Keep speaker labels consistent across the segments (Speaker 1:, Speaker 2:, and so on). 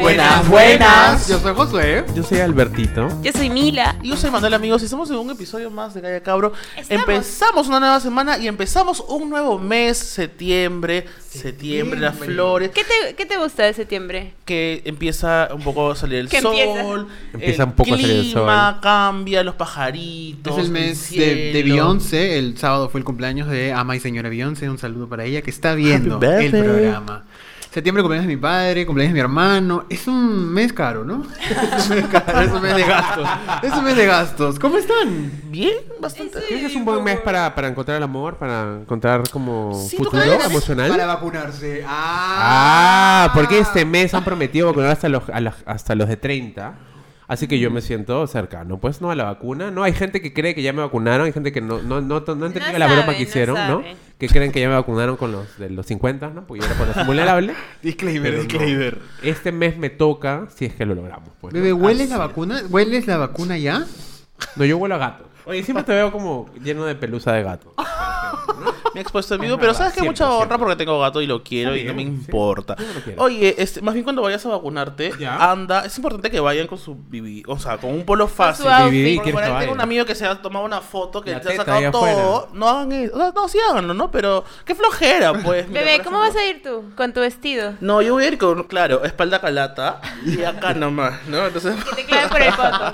Speaker 1: Buenas,
Speaker 2: buenas.
Speaker 1: Yo soy Josué.
Speaker 3: Yo soy Albertito.
Speaker 4: Yo soy Mila.
Speaker 2: Yo soy Manuel, amigos, y estamos en un episodio más de Calle Cabro.
Speaker 4: Estamos.
Speaker 2: Empezamos una nueva semana y empezamos un nuevo mes, septiembre, septiembre, las flores,
Speaker 4: ¿Qué te, ¿Qué te gusta de septiembre?
Speaker 2: que empieza un poco a salir el
Speaker 4: Que
Speaker 2: sol,
Speaker 4: empieza.
Speaker 3: Empieza
Speaker 2: el
Speaker 3: un poco a salir el
Speaker 2: clima
Speaker 3: sol.
Speaker 2: cambia, los pajaritos,
Speaker 1: Es el mes de, de
Speaker 2: cielo.
Speaker 1: Beyoncé. El sábado fue el cumpleaños de Ama y Señora Beyoncé. Un saludo para ella que está viendo
Speaker 2: Happy
Speaker 1: el
Speaker 2: birthday.
Speaker 1: programa. Septiembre cumpleaños de mi padre, cumpleaños de mi hermano. Es un mes caro, ¿no? es un mes caro, es un mes de gastos. Es un mes de gastos. ¿Cómo están?
Speaker 2: Bien, bastante.
Speaker 3: Creo que es un buen mes para, para encontrar el amor, para encontrar como
Speaker 2: Siento que
Speaker 3: futuro
Speaker 2: es
Speaker 3: emocional.
Speaker 1: Para vacunarse. Ah,
Speaker 3: Ah, porque este mes han prometido vacunar hasta los, a las- hasta los de 30. Así que yo me siento cercano, pues no a la vacuna. No, hay gente que cree que ya me vacunaron, hay gente que no, no, no, no entendió
Speaker 4: No
Speaker 3: la broma
Speaker 4: sabe,
Speaker 3: que
Speaker 4: no
Speaker 3: hicieron, ¿no?
Speaker 4: sabe.
Speaker 3: Que creen que ya me vacunaron con los de los 50, ¿no? Porque yo era por los vulnerable.
Speaker 1: Disclaimer,
Speaker 3: Pero no.
Speaker 1: disclaimer.
Speaker 3: Este mes me toca si es que lo logramos, pues. ¿no?
Speaker 1: Bebé, ¿hueles la
Speaker 3: Así.
Speaker 1: vacuna? ¿Hueles la vacuna ya?
Speaker 3: No, yo huelo a gato. Oye, siempre te veo como lleno de pelusa de gato.
Speaker 2: Me he expuesto en vivo,
Speaker 3: Es
Speaker 2: pero
Speaker 3: verdad,
Speaker 2: sabes que
Speaker 3: siempre,
Speaker 2: mucha honra
Speaker 3: siempre.
Speaker 2: porque tengo gato y lo quiero
Speaker 3: Está
Speaker 2: y no me
Speaker 3: bien, sí.
Speaker 2: importa.
Speaker 3: Yo lo quiero.
Speaker 2: Oye, este, más bien cuando vayas a vacunarte,
Speaker 3: Ya.
Speaker 2: anda, es importante que vayan con su bibi- o sea, con un polo fácil.
Speaker 4: outfit.
Speaker 3: Vivi,
Speaker 4: Sí,
Speaker 2: Porque
Speaker 3: ¿quieres
Speaker 2: por ahí
Speaker 3: que
Speaker 2: tengo un
Speaker 3: vaya?
Speaker 2: amigo que se ha tomado una foto que
Speaker 3: La
Speaker 2: se ha
Speaker 3: teta allá
Speaker 2: sacado todo.
Speaker 3: afuera.
Speaker 2: No hagan eso. No, no, sí háganlo, ¿no? Pero qué flojera, pues. mira,
Speaker 4: Bebé,
Speaker 2: por
Speaker 4: ¿cómo vas
Speaker 2: ejemplo.
Speaker 4: a ir tú con tu vestido?
Speaker 2: No, yo voy a ir con, claro, espalda calata y acá nomás, ¿no? Entonces.
Speaker 4: Que te clave por el foto.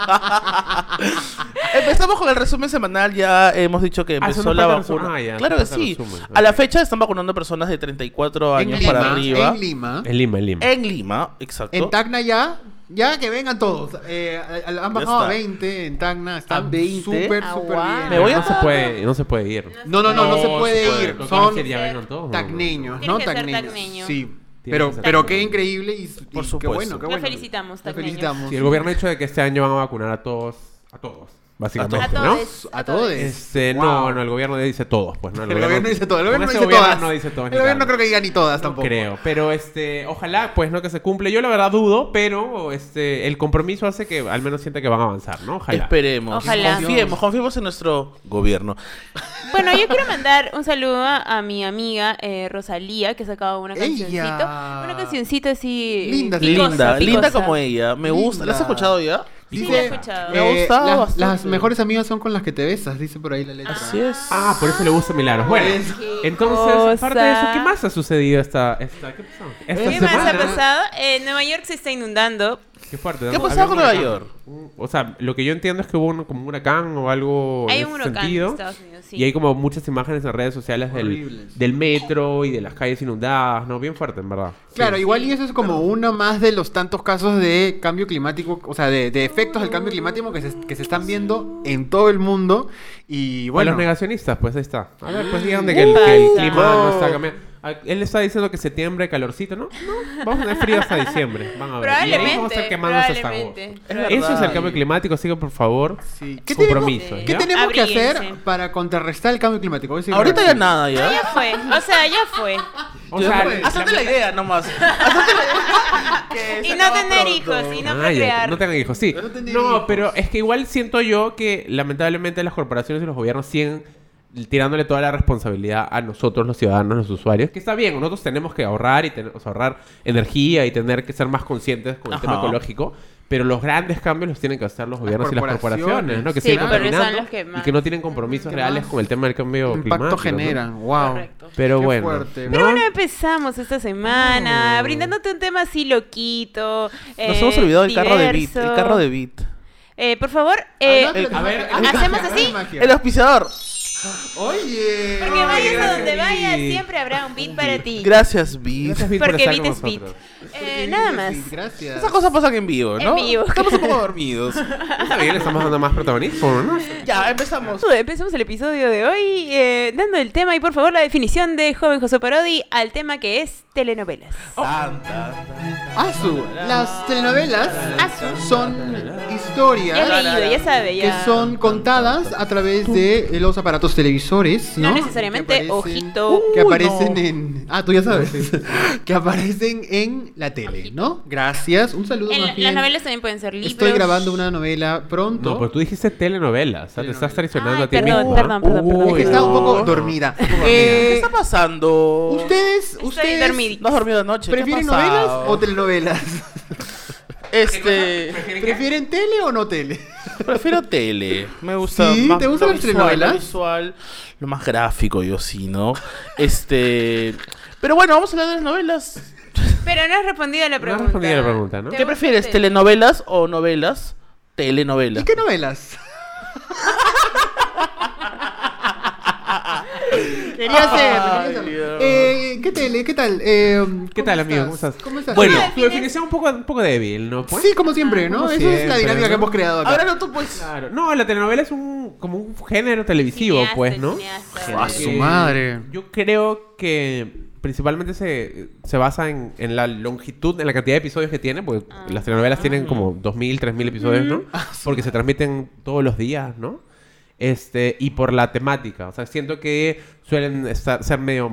Speaker 2: Empezamos con el resumen semanal, ya hemos dicho que
Speaker 3: Ah, eso
Speaker 2: empezó
Speaker 3: no
Speaker 2: la
Speaker 3: falta resumen.
Speaker 2: vacuna.
Speaker 3: Ah, ya,
Speaker 2: claro
Speaker 3: no
Speaker 2: que
Speaker 3: falta
Speaker 2: sí.
Speaker 3: resumen.
Speaker 2: A la fecha están vacunando personas de 34 años
Speaker 1: en,
Speaker 2: para
Speaker 1: Lima,
Speaker 2: arriba.
Speaker 1: en Lima.
Speaker 3: En Lima, en Lima.
Speaker 2: En Lima, exacto.
Speaker 1: En Tacna ya, ya que vengan todos. Eh, a- a- han bajado
Speaker 2: está.
Speaker 1: a 20 en Tacna,
Speaker 3: ¿A
Speaker 1: están
Speaker 3: 20?
Speaker 1: súper,
Speaker 4: Ah,
Speaker 1: súper
Speaker 4: guau.
Speaker 1: bien.
Speaker 2: Me voy a-
Speaker 3: No se puede, no se puede ir.
Speaker 1: No, no, no, no, se puede ir.
Speaker 3: Lo que
Speaker 1: Son
Speaker 3: pasa es que ya vengan todos, ¿no?
Speaker 1: tacneños,
Speaker 4: Tienes
Speaker 1: ¿no?
Speaker 4: que ser
Speaker 1: Tacneños.
Speaker 4: tacneño.
Speaker 1: Sí.
Speaker 3: que
Speaker 1: Pero,
Speaker 3: ser
Speaker 1: pero
Speaker 3: tacneño.
Speaker 1: qué increíble y, y
Speaker 2: Por
Speaker 1: qué
Speaker 2: supuesto.
Speaker 1: bueno, qué
Speaker 2: Lo
Speaker 1: bueno.
Speaker 4: felicitamos,
Speaker 1: Lo
Speaker 4: tacneños.
Speaker 1: felicitamos.
Speaker 3: Sí, el gobierno ha dicho de que este año van a vacunar a todos, a todos, básicamente,
Speaker 4: A
Speaker 3: ¿no?
Speaker 4: todos.
Speaker 1: A todos.
Speaker 3: Este,
Speaker 1: Wow.
Speaker 3: no, no, el gobierno dice todos, pues, ¿no?
Speaker 1: El gobierno dice todo. El
Speaker 3: Con
Speaker 1: gobierno
Speaker 3: este
Speaker 1: dice todas.
Speaker 3: no dice todos.
Speaker 1: El gobierno creo que diga ni todas
Speaker 3: no
Speaker 1: tampoco.
Speaker 3: creo, pero este, ojalá, pues no que se cumple. Yo la verdad dudo, pero este, el compromiso hace que al menos sienta que van a avanzar, ¿no? Ojalá.
Speaker 2: Esperemos.
Speaker 4: Ojalá.
Speaker 2: Confiemos, confiemos en nuestro gobierno.
Speaker 4: Bueno, yo quiero mandar un saludo a, a mi amiga eh, Rosalía, que ha sacado una
Speaker 1: Ella.
Speaker 4: cancioncita. Una cancioncita así.
Speaker 1: Linda,
Speaker 4: picosa,
Speaker 2: linda, linda
Speaker 4: picosa.
Speaker 2: como ella. Me gusta. ¿La has
Speaker 1: Linda.
Speaker 2: escuchado ya?
Speaker 4: Sí, la he escuchado.
Speaker 3: eh,
Speaker 2: Me ha gustado
Speaker 1: las-
Speaker 2: bastante.
Speaker 1: Las mejores amigas son con las que te besas, dice por ahí la letra.
Speaker 2: Así es.
Speaker 3: Ah, por eso le gusta Milagros. Bueno,
Speaker 4: Qué
Speaker 3: entonces, aparte de eso,
Speaker 4: cosa.
Speaker 3: ¿qué más ha sucedido esta, esta, ¿qué pasó? esta
Speaker 4: ¿Qué más ha
Speaker 3: semana?
Speaker 4: pasado? Eh, Nueva York se está inundando.
Speaker 3: Qué fuerte.
Speaker 2: ¿Qué
Speaker 3: ¿no?
Speaker 2: ha
Speaker 3: Había
Speaker 2: pasado con
Speaker 3: un
Speaker 2: Nueva
Speaker 3: huracán.
Speaker 2: York?
Speaker 3: Un- O sea, lo que yo entiendo es que hubo un, como un huracán o algo
Speaker 4: Hay
Speaker 3: en
Speaker 4: un
Speaker 3: ese
Speaker 4: huracán
Speaker 3: sentido.
Speaker 4: en Estados Unidos, sí.
Speaker 3: Y hay como muchas imágenes en redes sociales del,
Speaker 1: Horribles.
Speaker 3: del metro y de las calles inundadas, ¿no? Bien fuerte, en verdad.
Speaker 1: Claro, igual y eso es como uno más de los tantos casos de cambio climático, o sea, de, de efectos del cambio climático que se, que se están viendo en todo el mundo. Y
Speaker 3: Bueno, los
Speaker 1: bueno,
Speaker 3: negacionistas, pues ahí está. A ver, pues digan de que el, que el
Speaker 4: Pasa.
Speaker 3: clima no está
Speaker 1: No.
Speaker 3: cambiando. Ah, Él está diciendo que septiembre, calorcito, ¿no? No, vamos a tener frío hasta diciembre. Van a ver. Y ahí vamos a
Speaker 4: Probablemente.
Speaker 3: estar quemándonos hasta
Speaker 4: probablemente.
Speaker 3: agosto.
Speaker 2: Es
Speaker 3: Eso es el
Speaker 2: verdad.
Speaker 3: cambio climático, así que por favor,
Speaker 1: sí. ¿qué tenemos,
Speaker 3: compromiso.
Speaker 4: Sí.
Speaker 1: qué
Speaker 3: ¿ya?
Speaker 1: tenemos que hacer
Speaker 4: Abríguense.
Speaker 1: para contrarrestar el cambio climático? Voy a decir
Speaker 2: Ahorita ya
Speaker 1: reacción.
Speaker 2: nada,
Speaker 4: No, ya
Speaker 2: ¿ya?
Speaker 4: fue. O sea, ya fue.
Speaker 3: O sea, la-
Speaker 2: Hazte la idea nomás. Hazte la idea. Que
Speaker 4: Y
Speaker 2: se
Speaker 4: no
Speaker 2: acaba
Speaker 4: tener
Speaker 2: pronto.
Speaker 4: hijos. Y no
Speaker 3: Ah, ya,
Speaker 4: procrear.
Speaker 3: no tengan hijos, sí.
Speaker 1: Pero no tener
Speaker 3: No,
Speaker 1: hijos.
Speaker 3: pero es que igual siento yo que lamentablemente las corporaciones y los gobiernos siguen tirándole toda la responsabilidad a nosotros, los ciudadanos, los usuarios. Que está bien, nosotros tenemos que ahorrar y ten- o sea, ahorrar energía y tener que ser más conscientes con el tema
Speaker 2: Ajá.
Speaker 3: ecológico. Pero los grandes cambios los tienen que hacer los gobiernos y las
Speaker 1: corporaciones.
Speaker 3: corporaciones, ¿no? Que
Speaker 4: Sí,
Speaker 3: siguen
Speaker 4: pero son
Speaker 3: contaminando
Speaker 4: los que
Speaker 3: y
Speaker 4: más-
Speaker 3: que no tienen compromisos
Speaker 1: que
Speaker 3: reales
Speaker 1: más
Speaker 3: con el tema del cambio
Speaker 1: Impacto
Speaker 3: climático. ¿no?
Speaker 1: generan, wow.
Speaker 4: Correcto.
Speaker 3: Pero
Speaker 1: Qué
Speaker 3: bueno.
Speaker 1: fuerte.
Speaker 3: ¿no?
Speaker 4: Pero bueno, empezamos esta semana
Speaker 3: Ah.
Speaker 4: brindándote un tema así loquito.
Speaker 2: Nos
Speaker 4: eh,
Speaker 2: hemos olvidado del carro de Beat.
Speaker 4: diverso.
Speaker 2: El carro de Beat.
Speaker 4: Eh, por favor, eh,
Speaker 1: Hablando de
Speaker 3: a ver,
Speaker 1: magia,
Speaker 3: ¿hacemos
Speaker 1: hablando de
Speaker 4: así?
Speaker 1: magia.
Speaker 2: El auspiciador.
Speaker 1: Oye.
Speaker 4: porque vayas a donde eh,
Speaker 3: gracias,
Speaker 4: vayas,
Speaker 3: Beat.
Speaker 4: siempre habrá un beat para ti.
Speaker 2: Gracias, Beat.
Speaker 3: Gracias, Vic, por
Speaker 4: Porque
Speaker 3: estar
Speaker 4: beat
Speaker 3: con
Speaker 4: es beat.
Speaker 3: nosotros.
Speaker 4: Eh, nada más.
Speaker 1: Gracias.
Speaker 2: Esas cosas pasan en vivo, ¿no?
Speaker 4: En vivo.
Speaker 2: Estamos un poco dormidos.
Speaker 3: Está bien, le estamos dando más protagonismo, ¿no?
Speaker 2: ya, empezamos.
Speaker 4: Empezamos el episodio de hoy eh, dando el tema y por favor la definición de joven José Parodi al tema que es telenovelas.
Speaker 2: Oh,
Speaker 1: Azu, las telenovelas
Speaker 4: Azu.
Speaker 1: son
Speaker 4: Ya he
Speaker 1: historias
Speaker 4: leído, ya sabe,
Speaker 1: que
Speaker 4: ya.
Speaker 1: son contadas a través de eh, los aparatos televisores, ¿no?
Speaker 4: No necesariamente,
Speaker 1: Que aparecen-
Speaker 4: ojito.
Speaker 1: Que
Speaker 2: Uy,
Speaker 1: aparecen
Speaker 2: no.
Speaker 1: en. Ah, tú ya sabes. que aparecen en la tele, ¿no? Gracias. Un saludo
Speaker 4: En la-
Speaker 1: más bien.
Speaker 4: las novelas también pueden ser libros.
Speaker 1: Estoy grabando una novela pronto.
Speaker 3: No, pero tú dijiste telenovelas. O sea, te estás traicionando
Speaker 4: Ay,
Speaker 3: a ti
Speaker 4: perdón,
Speaker 3: mismo.
Speaker 4: perdón, perdón,
Speaker 3: Uy,
Speaker 4: perdón.
Speaker 1: Es que estaba un poco
Speaker 3: no.
Speaker 1: dormida.
Speaker 2: ¿Qué
Speaker 1: Eh,
Speaker 2: está pasando?
Speaker 1: ustedes,
Speaker 4: Estoy
Speaker 1: ustedes
Speaker 4: dormida.
Speaker 2: ¿No has dormido anoche? ¿Qué ha
Speaker 1: prefieren
Speaker 2: pasado?
Speaker 1: novelas o telenovelas?
Speaker 2: Este.
Speaker 1: ¿Prefieren tele o no tele?
Speaker 2: Prefiero tele. Me gusta
Speaker 1: ¿Sí?
Speaker 2: más.
Speaker 1: ¿Te gustan
Speaker 2: lo
Speaker 1: las
Speaker 2: visual,
Speaker 1: telenovelas?
Speaker 2: Lo visual, lo más gráfico, yo sí, ¿no? Este. Pero bueno, vamos a hablar de las novelas.
Speaker 4: Pero no has respondido a la
Speaker 3: No has
Speaker 4: pregunta.
Speaker 3: respondido a la pregunta, ¿no?
Speaker 4: ¿Te
Speaker 3: ¿Qué
Speaker 2: ¿Qué
Speaker 4: gusta
Speaker 2: prefieres,
Speaker 4: el-
Speaker 2: telenovelas o novelas? Telenovelas.
Speaker 1: ¿Y qué novelas? Quería
Speaker 2: Ay,
Speaker 1: hacer. quería hacer.
Speaker 2: Dios.
Speaker 1: Ah, Eh, ¿Qué tele? ¿Qué tal? Eh,
Speaker 3: ¿Qué tal, amigo? ¿Cómo estás?
Speaker 1: ¿Cómo estás?
Speaker 3: Bueno,
Speaker 4: ¿Cómo
Speaker 3: tu
Speaker 4: defines?
Speaker 3: definición un poco, un poco débil, ¿no? Pues?
Speaker 1: Sí, como siempre, ¿no?
Speaker 3: Como
Speaker 1: Esa es la
Speaker 3: siempre,
Speaker 1: dinámica
Speaker 3: ¿no?
Speaker 1: que hemos creado acá.
Speaker 2: Ahora no tú, pues.
Speaker 3: Claro. No, la telenovela es un, como un género televisivo,
Speaker 4: Cineasta,
Speaker 3: pues, ¿no?
Speaker 4: cineasta.
Speaker 1: A su madre.
Speaker 3: Yo creo que principalmente se, se basa en, en la longitud, en la cantidad de episodios que tiene, porque las telenovelas tienen como 2.000, 3.000 episodios, ¿no? Porque se transmiten todos los días, ¿no? Este, y por la temática. O sea, siento que suelen estar- ser medio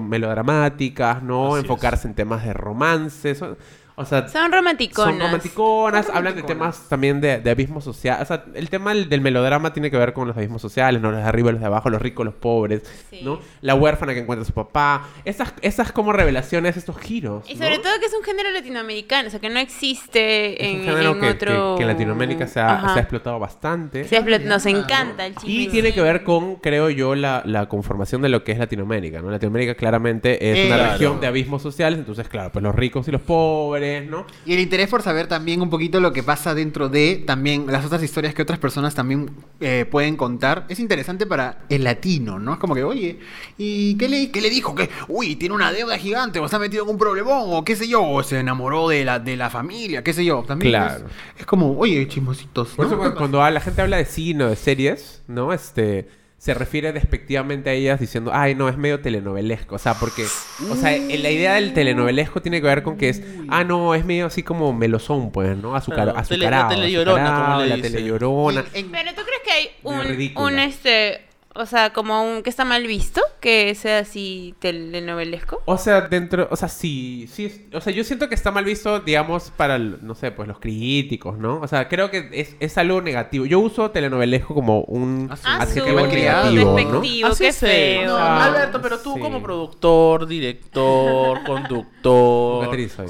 Speaker 3: melodramáticas, ¿no? Enfocarse en temas de romance. son- o sea,
Speaker 4: Son romanticonas.
Speaker 3: son romanticonas, hablan de temas también de, de abismos sociales. O sea, el tema del, del melodrama tiene que ver con los abismos sociales, ¿no? Los de arriba, los de abajo, los ricos, los pobres,
Speaker 4: Sí.
Speaker 3: ¿no? La huérfana que encuentra a su papá. Esas, esas como revelaciones, estos giros.
Speaker 4: Y sobre
Speaker 3: ¿no?
Speaker 4: todo que es un género latinoamericano, o sea, que no existe
Speaker 3: Es
Speaker 4: en,
Speaker 3: un género
Speaker 4: en
Speaker 3: que,
Speaker 4: otro...
Speaker 3: que- que en Latinoamérica se ha,
Speaker 4: Ajá.
Speaker 3: se ha explotado bastante.
Speaker 4: Se ha explot- Nos encanta el chisme.
Speaker 3: Y tiene que ver con, creo yo, la, la conformación de lo que es Latinoamérica, ¿no? Latinoamérica claramente es
Speaker 1: Eh,
Speaker 3: una
Speaker 1: claro.
Speaker 3: región de abismos sociales, entonces, claro, pues los ricos y los pobres, ¿no?
Speaker 1: Y el interés por saber también un poquito lo que pasa dentro de también las otras historias que otras personas también eh, pueden contar es interesante para el latino, ¿no? Es como que, oye, ¿y qué le, qué le dijo? Que, uy, tiene una deuda gigante o está metido en un problemón o qué sé yo, o se enamoró de la, de la familia, qué sé yo. También
Speaker 3: Claro.
Speaker 1: es, es como, oye, chismositos.
Speaker 3: Por
Speaker 1: ¿no?
Speaker 3: eso cuando, cuando la gente habla de cine o de series, ¿no? Este se refiere despectivamente a ellas diciendo, ay, no, es medio telenovelesco. O sea, porque, o sea, eh, la idea del telenovelesco tiene que ver con que es, ah, no, es medio así como melosón, pues, ¿no? Azucar,
Speaker 2: Claro, tele-
Speaker 3: azucarado.
Speaker 2: la telellorona,
Speaker 3: azucarado,
Speaker 2: como le eh,
Speaker 3: la
Speaker 2: dicen.
Speaker 3: telellorona.
Speaker 1: En- en-
Speaker 4: Pero ¿tú crees que hay
Speaker 3: Medio
Speaker 4: un,
Speaker 3: ridícula.
Speaker 4: un este... O sea, como un... que está mal visto? Que sea así telenovelesco.
Speaker 3: O sea, dentro, o sea, sí, sí, es- o sea, yo siento que está mal visto, digamos, para, el- no sé, pues los críticos, ¿no? O sea, creo que es, es algo negativo. Yo uso telenovelesco como un
Speaker 1: Ah, su-
Speaker 4: Ah, su
Speaker 3: adjetivo
Speaker 1: malcriado.
Speaker 3: negativo, ¿no?
Speaker 4: despectivo,
Speaker 2: Así
Speaker 4: qué
Speaker 2: es él.
Speaker 4: feo.
Speaker 2: No,
Speaker 3: Ah,
Speaker 2: Alberto, pero tú
Speaker 3: sí.
Speaker 2: como productor, director, conductor,
Speaker 3: Actriz soy.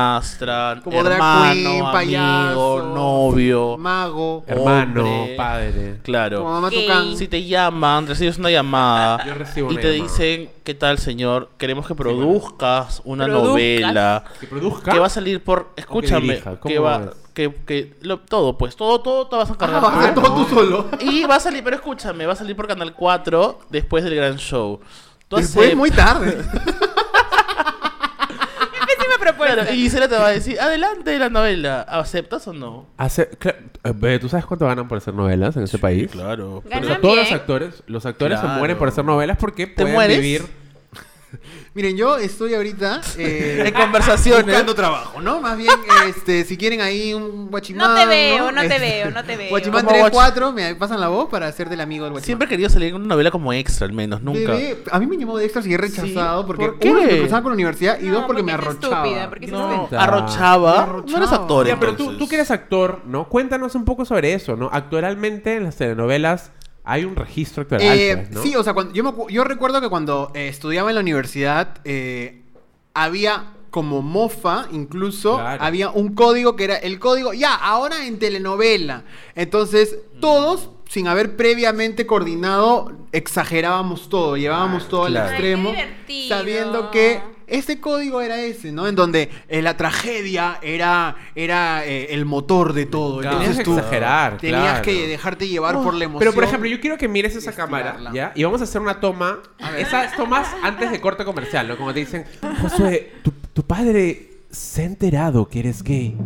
Speaker 2: cineastra,
Speaker 1: Como drag
Speaker 2: hermano,
Speaker 1: queen, payaso,
Speaker 2: amigo, novio,
Speaker 1: mago,
Speaker 3: Hermano,
Speaker 2: Hombre.
Speaker 3: padre.
Speaker 1: como
Speaker 2: claro.
Speaker 1: mamá
Speaker 4: Gay.
Speaker 1: tucán.
Speaker 2: Si te llaman, recibes una llamada
Speaker 3: Yo recibo
Speaker 2: y
Speaker 3: una
Speaker 2: te
Speaker 3: llamada.
Speaker 2: dicen, ¿qué tal, señor? Queremos que produzcas una
Speaker 4: Produzcas.
Speaker 2: novela
Speaker 3: Que produzca.
Speaker 2: que va a salir por... Escúchame,
Speaker 3: dirija,
Speaker 2: que
Speaker 3: ¿cómo
Speaker 2: va...
Speaker 3: es?
Speaker 2: Que, que lo- todo, pues, todo, todo te vas a
Speaker 1: Ah,
Speaker 2: encargar.
Speaker 1: vas a
Speaker 2: tú.
Speaker 1: hacer todo tú solo.
Speaker 2: Y va a salir, pero escúchame, va a salir por Canal 4 después del gran show. Tú
Speaker 1: Después
Speaker 2: acept-
Speaker 1: muy tarde.
Speaker 4: Pésima propuesta.
Speaker 2: Claro, y Gisela te va a decir, adelante la novela, ¿aceptas o no?
Speaker 3: Hace, cla- eh, ve, ¿Tú sabes cuánto ganan por hacer novelas en este país?
Speaker 2: Claro.
Speaker 3: O
Speaker 4: Ganan
Speaker 3: sea, todos los
Speaker 4: bien.
Speaker 3: actores, los actores se
Speaker 2: Claro.
Speaker 3: mueren por hacer novelas porque pueden
Speaker 2: mueres?
Speaker 3: vivir.
Speaker 1: Miren, yo estoy ahorita eh,
Speaker 2: En conversaciones.
Speaker 1: buscando trabajo, ¿no? Más bien, este, si quieren ahí un guachimán. Este,
Speaker 4: No te veo, no te veo, no te veo.
Speaker 1: Guachimán
Speaker 2: Como
Speaker 1: 3,
Speaker 2: guach-
Speaker 1: 4, me pasan la voz para hacer del amigo del guachimán.
Speaker 2: Siempre he querido salir en una novela como extra, al menos, nunca.
Speaker 1: Bebé, a mí me llamó de extras y he rechazado
Speaker 2: Sí,
Speaker 1: porque
Speaker 2: ¿por qué?
Speaker 1: uno, porque me cruzaba con la universidad y
Speaker 4: No,
Speaker 1: dos, porque me
Speaker 4: es
Speaker 1: arrochaba.
Speaker 4: Estúpida, porque es
Speaker 2: No,
Speaker 4: estúpida.
Speaker 2: arrochaba.
Speaker 1: Arrochaba.
Speaker 2: No eres actor,
Speaker 3: Ya, pero tú,
Speaker 2: entonces.
Speaker 3: tú que eres actor, ¿no? Cuéntanos un poco sobre eso, ¿no? Actualmente en las telenovelas hay un registro actoral.
Speaker 1: Eh,
Speaker 3: pues, ¿no?
Speaker 1: Sí, o sea, cuando, yo, me acu- yo recuerdo que cuando eh, estudiaba en la universidad eh, había como mofa, incluso,
Speaker 3: Claro.
Speaker 1: había un código que era el código, ya, ahora en telenovela. Entonces,
Speaker 3: Mm.
Speaker 1: todos, sin haber previamente coordinado, exagerábamos todo, llevábamos todo
Speaker 2: claro.
Speaker 1: al
Speaker 4: Ay, qué
Speaker 1: extremo,
Speaker 4: divertido.
Speaker 1: sabiendo que ese código era ese, ¿no? En donde eh, la tragedia era, era eh, el motor de todo.
Speaker 3: Claro.
Speaker 1: Entonces
Speaker 3: Tenías
Speaker 1: tú
Speaker 3: que exagerar,
Speaker 1: tenías
Speaker 3: claro.
Speaker 1: que dejarte llevar por la emoción.
Speaker 3: Pero por ejemplo, yo quiero que mires esa
Speaker 1: Estirarla.
Speaker 3: cámara, ¿ya? Y vamos a hacer una toma. Esas tomas antes de corte comercial, ¿no? Como te dicen, Josué, tu, tu padre se ha enterado que eres gay.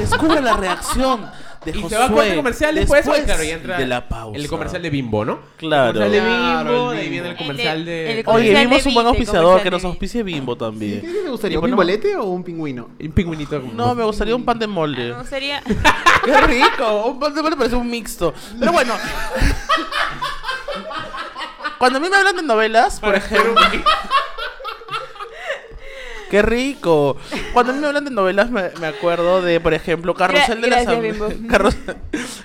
Speaker 2: Descubre la reacción de
Speaker 3: Y
Speaker 2: Josué.
Speaker 3: se va a corte comercial después,
Speaker 2: después
Speaker 3: y claro, y entra
Speaker 2: de la pausa.
Speaker 3: El comercial de Bimbo, ¿no?
Speaker 2: Claro.
Speaker 3: El comercial de
Speaker 1: Claro,
Speaker 3: Bimbo,
Speaker 1: el
Speaker 3: de ahí viene el
Speaker 1: Bimbo.
Speaker 3: comercial de...
Speaker 4: El de-
Speaker 2: Oye,
Speaker 4: Comercial
Speaker 2: vimos
Speaker 4: de
Speaker 2: un buen
Speaker 4: Vite,
Speaker 2: auspiciador que
Speaker 4: comercial
Speaker 2: nos
Speaker 4: de
Speaker 2: auspicie Bimbo también.
Speaker 1: ¿Qué te gustaría?
Speaker 2: Y
Speaker 1: ¿Un
Speaker 2: ponemos-
Speaker 1: bolete o un pingüino?
Speaker 3: Un pingüinito.
Speaker 2: No, me gustaría un pan de
Speaker 4: Me
Speaker 2: molde.
Speaker 4: gustaría...
Speaker 2: ¡Qué rico! Un pan de molde parece un mixto. Pero bueno. Cuando a mí me hablan de novelas, por ejemplo. ¡Qué rico! Cuando a mí me hablan de novelas, me, me acuerdo de, por ejemplo, Carrusel, de, las
Speaker 4: gracias,
Speaker 2: Am-
Speaker 4: Bimbo.
Speaker 2: Carrusel,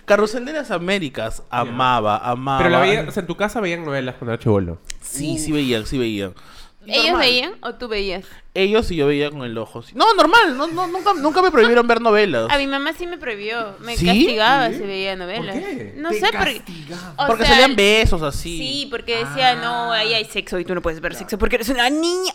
Speaker 2: Carrusel de las Américas. Amaba, amaba.
Speaker 3: Pero la veía, o sea, en tu casa veían novelas cuando era chivolo.
Speaker 2: Sí, sí veían, sí veían. Y
Speaker 4: ¿Ellos
Speaker 2: normal.
Speaker 4: veían o tú veías?
Speaker 2: Ellos y yo veía con el ojo. así. No, normal. No, no, nunca, nunca me prohibieron ver novelas.
Speaker 4: A mi mamá sí me prohibió, me
Speaker 2: ¿Sí?
Speaker 4: castigaba
Speaker 1: ¿Sí?
Speaker 4: si veía novelas.
Speaker 3: ¿Por qué?
Speaker 4: No
Speaker 1: Te
Speaker 4: sé por qué.
Speaker 1: castigaba.
Speaker 4: o
Speaker 2: Porque
Speaker 4: sea,
Speaker 2: salían besos así.
Speaker 4: Sí, porque decía, no, ahí hay sexo y tú no puedes ver sexo porque eres una niña.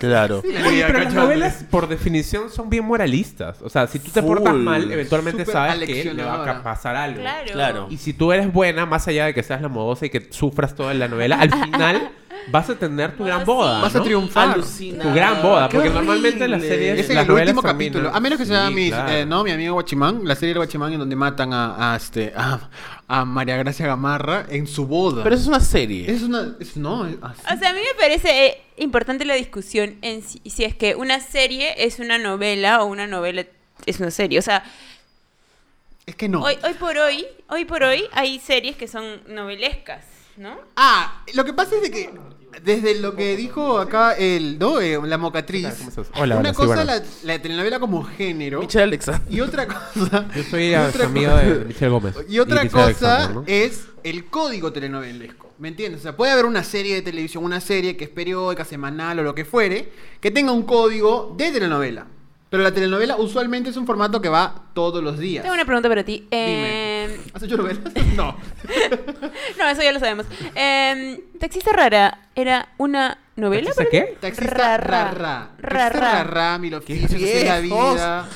Speaker 2: Claro.
Speaker 3: Oye, pero las novelas, por definición, son bien moralistas. O sea, si tú te portas
Speaker 2: Full.
Speaker 3: mal, eventualmente
Speaker 1: Súper
Speaker 3: sabes que le va a
Speaker 1: aleccionadora.
Speaker 3: ca- pasar algo.
Speaker 4: Claro.
Speaker 2: Claro.
Speaker 3: Y si tú eres buena, más allá de que seas la modosa y que sufras toda la novela, al final vas a tener tu gran boda.
Speaker 1: Vas a
Speaker 3: ¿no?
Speaker 1: triunfar.
Speaker 2: Alucina.
Speaker 3: Tu gran boda, porque
Speaker 1: Qué
Speaker 3: normalmente
Speaker 2: horrible.
Speaker 3: las series.
Speaker 1: Es en
Speaker 3: las
Speaker 1: el
Speaker 3: novelas
Speaker 1: último
Speaker 3: terminan-
Speaker 1: capítulo. A menos que sea
Speaker 3: Sí,
Speaker 1: mi,
Speaker 3: claro.
Speaker 1: eh, ¿no? mi amigo Guachimán, la serie del Guachimán en donde matan a, a, este, a, a María Gracia Gamarra en su boda.
Speaker 2: Pero eso es una serie.
Speaker 1: es una. es- no, es así.
Speaker 4: O sea, a mí me parece eh, importante la discusión en si, si es que una serie es una novela o una novela es una serie. O sea,
Speaker 1: es que no.
Speaker 4: hoy, hoy por hoy, hoy por hoy hay series que son novelescas, ¿no?
Speaker 1: Ah, lo que pasa es de que desde lo que dijo acá el no, Eh, la mocatriz,
Speaker 3: ¿Cómo estás? Hola,
Speaker 1: una
Speaker 3: hola, sí,
Speaker 1: cosa
Speaker 3: bueno.
Speaker 1: la, la telenovela como género
Speaker 2: Michelle Alexander.
Speaker 1: y otra cosa
Speaker 3: Yo soy
Speaker 1: y
Speaker 3: el
Speaker 1: otra
Speaker 3: amigo
Speaker 1: cosa-
Speaker 3: de Michelle Gómez.
Speaker 1: y otra
Speaker 3: Michelle
Speaker 1: cosa
Speaker 3: Alexander, ¿no?
Speaker 1: es el código telenovelesco, ¿me entiendes? O sea, puede haber una serie de televisión, una serie que es periódica, semanal o lo que fuere, que tenga un código de telenovela. Pero la telenovela usualmente es un formato que va todos los días.
Speaker 4: Tengo una pregunta para ti.
Speaker 1: Dime.
Speaker 4: Eh,
Speaker 1: ¿Has hecho novelas? No.
Speaker 4: no, eso ya lo sabemos. Eh, Taxista Rara era una novela.
Speaker 3: ¿Taxista
Speaker 4: para ti?
Speaker 3: qué?
Speaker 1: Taxista
Speaker 4: Rara.
Speaker 1: rara.
Speaker 4: Rara.
Speaker 1: Taxista rara, Mil oficios, Así es la
Speaker 2: viejos!
Speaker 1: vida.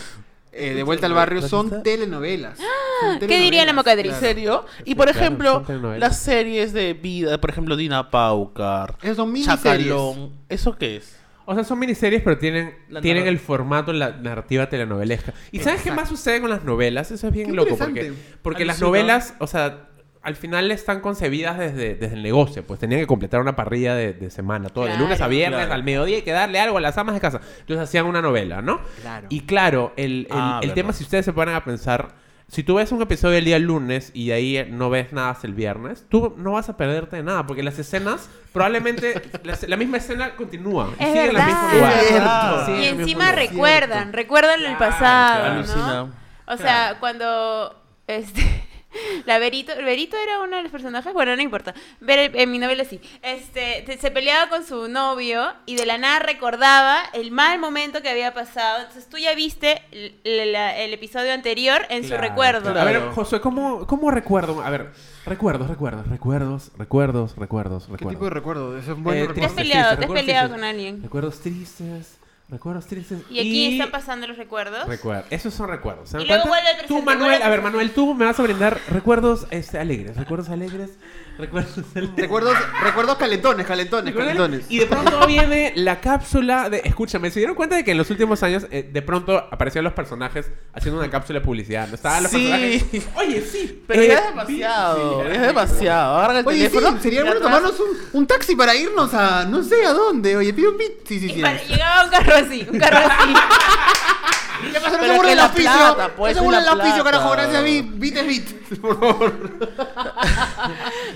Speaker 1: eh, de vuelta al barrio son
Speaker 2: Taxista.
Speaker 1: telenovelas. Son
Speaker 4: ¿Qué diría la
Speaker 1: telenovelas,
Speaker 4: mocatriz?
Speaker 2: ¿En
Speaker 1: claro.
Speaker 2: serio? Y por
Speaker 3: claro,
Speaker 2: ejemplo,
Speaker 3: son telenovelas.
Speaker 2: las series de vida, por ejemplo, Dina Paucar,
Speaker 1: Esas son miniseries.
Speaker 2: Chacalón, ¿eso qué es?
Speaker 3: O sea, son miniseries, pero tienen,
Speaker 2: La
Speaker 3: tienen
Speaker 2: narra-
Speaker 3: el formato, la narrativa telenovelesca. ¿Y sabes qué más sucede con las novelas? Eso es bien
Speaker 1: Qué
Speaker 3: loco, porque,
Speaker 1: interesante.
Speaker 3: porque las
Speaker 2: Alucina.
Speaker 3: novelas, o sea, al final están concebidas desde, desde el negocio, pues tenían que completar una parrilla de, de semana, todo de
Speaker 4: Claro.
Speaker 3: lunes a viernes,
Speaker 2: Claro.
Speaker 3: al mediodía, y que darle algo a las amas de casa. Entonces hacían una novela, ¿no?
Speaker 1: Claro.
Speaker 3: Y claro, el, el-
Speaker 2: Ah,
Speaker 3: el
Speaker 2: verdad.
Speaker 3: tema, si ustedes se ponen a pensar, si tú ves un episodio el día lunes y de ahí no ves nada hasta el viernes, tú no vas a perderte de nada, porque las escenas, probablemente la, la misma escena continúa. y
Speaker 4: Es
Speaker 3: sigue en el mismo
Speaker 4: verdad.
Speaker 3: lugar.
Speaker 1: Es verdad.
Speaker 3: Sigue
Speaker 4: Y
Speaker 3: en el mismo
Speaker 4: encima
Speaker 3: lugar.
Speaker 4: recuerdan, recuerdan el
Speaker 3: Claro,
Speaker 2: Ah,
Speaker 4: pasado,
Speaker 2: claro.
Speaker 4: ¿no? O sea, cuando este la Verito, Verito era uno de los personajes, bueno, no importa. Ver en mi novela sí. Este, te- se peleaba con su novio y de la nada recordaba el mal momento que había pasado. Entonces tú ya viste l- la- el, episodio anterior en su
Speaker 3: Claro,
Speaker 4: recuerdo.
Speaker 3: claro. A ver, Josué, ¿cómo, cómo recuerdo? A ver, recuerdos, recuerdos, recuerdos, recuerdos, recuerdos,
Speaker 1: ¿Qué tipo de
Speaker 3: recuerdos.
Speaker 1: recuerdo? Es un buen
Speaker 3: Eh,
Speaker 4: Te has
Speaker 1: recuerdo.
Speaker 3: triste.
Speaker 4: peleado, te has
Speaker 3: recuerdos
Speaker 4: peleado
Speaker 3: tristes.
Speaker 4: con alguien.
Speaker 3: Recuerdos tristes, recuerdos tristes.
Speaker 4: Y aquí están pasando los recuerdos.
Speaker 3: Recuerda, esos son recuerdos. ¿se dan
Speaker 4: Y luego
Speaker 3: cuenta?
Speaker 4: vuelve al
Speaker 3: Tú,
Speaker 4: presente,
Speaker 3: Manuel,
Speaker 4: vuelve
Speaker 3: a
Speaker 4: al
Speaker 3: ver, Manuel, tú me vas a brindar recuerdos este, alegres, recuerdos alegres, recuerdos alegres.
Speaker 1: Recuerdos, recuerdos calentones, calentones, calentones.
Speaker 3: Y de pronto viene la cápsula de... Escúchame, ¿se dieron cuenta de que en los últimos años eh, de pronto aparecieron los personajes haciendo una cápsula de publicidad? ¿No? Estaban los
Speaker 2: Sí.
Speaker 3: personajes... Oye, sí.
Speaker 2: Pero
Speaker 3: eh,
Speaker 2: ya es demasiado,
Speaker 3: sí,
Speaker 2: es demasiado. Agarra el
Speaker 1: Oye, sí,
Speaker 2: teléfono.
Speaker 1: sería
Speaker 2: y
Speaker 1: bueno
Speaker 2: atrás-
Speaker 1: tomarnos un, un taxi para irnos a no sé a dónde. Oye, pide un pit. Sí, sí,
Speaker 4: Y
Speaker 1: sí.
Speaker 4: para- llegaba un carro así, un carro así.
Speaker 1: ¿Qué pasa? No
Speaker 2: Pero
Speaker 1: se burlen
Speaker 2: es
Speaker 1: el
Speaker 2: la
Speaker 1: auspicio.
Speaker 2: plata, pues,
Speaker 1: no se
Speaker 2: es
Speaker 1: burlen el
Speaker 2: la
Speaker 1: auspicio,
Speaker 2: plata.
Speaker 1: carajo. Gracias a mí. Bit es bit. Por favor.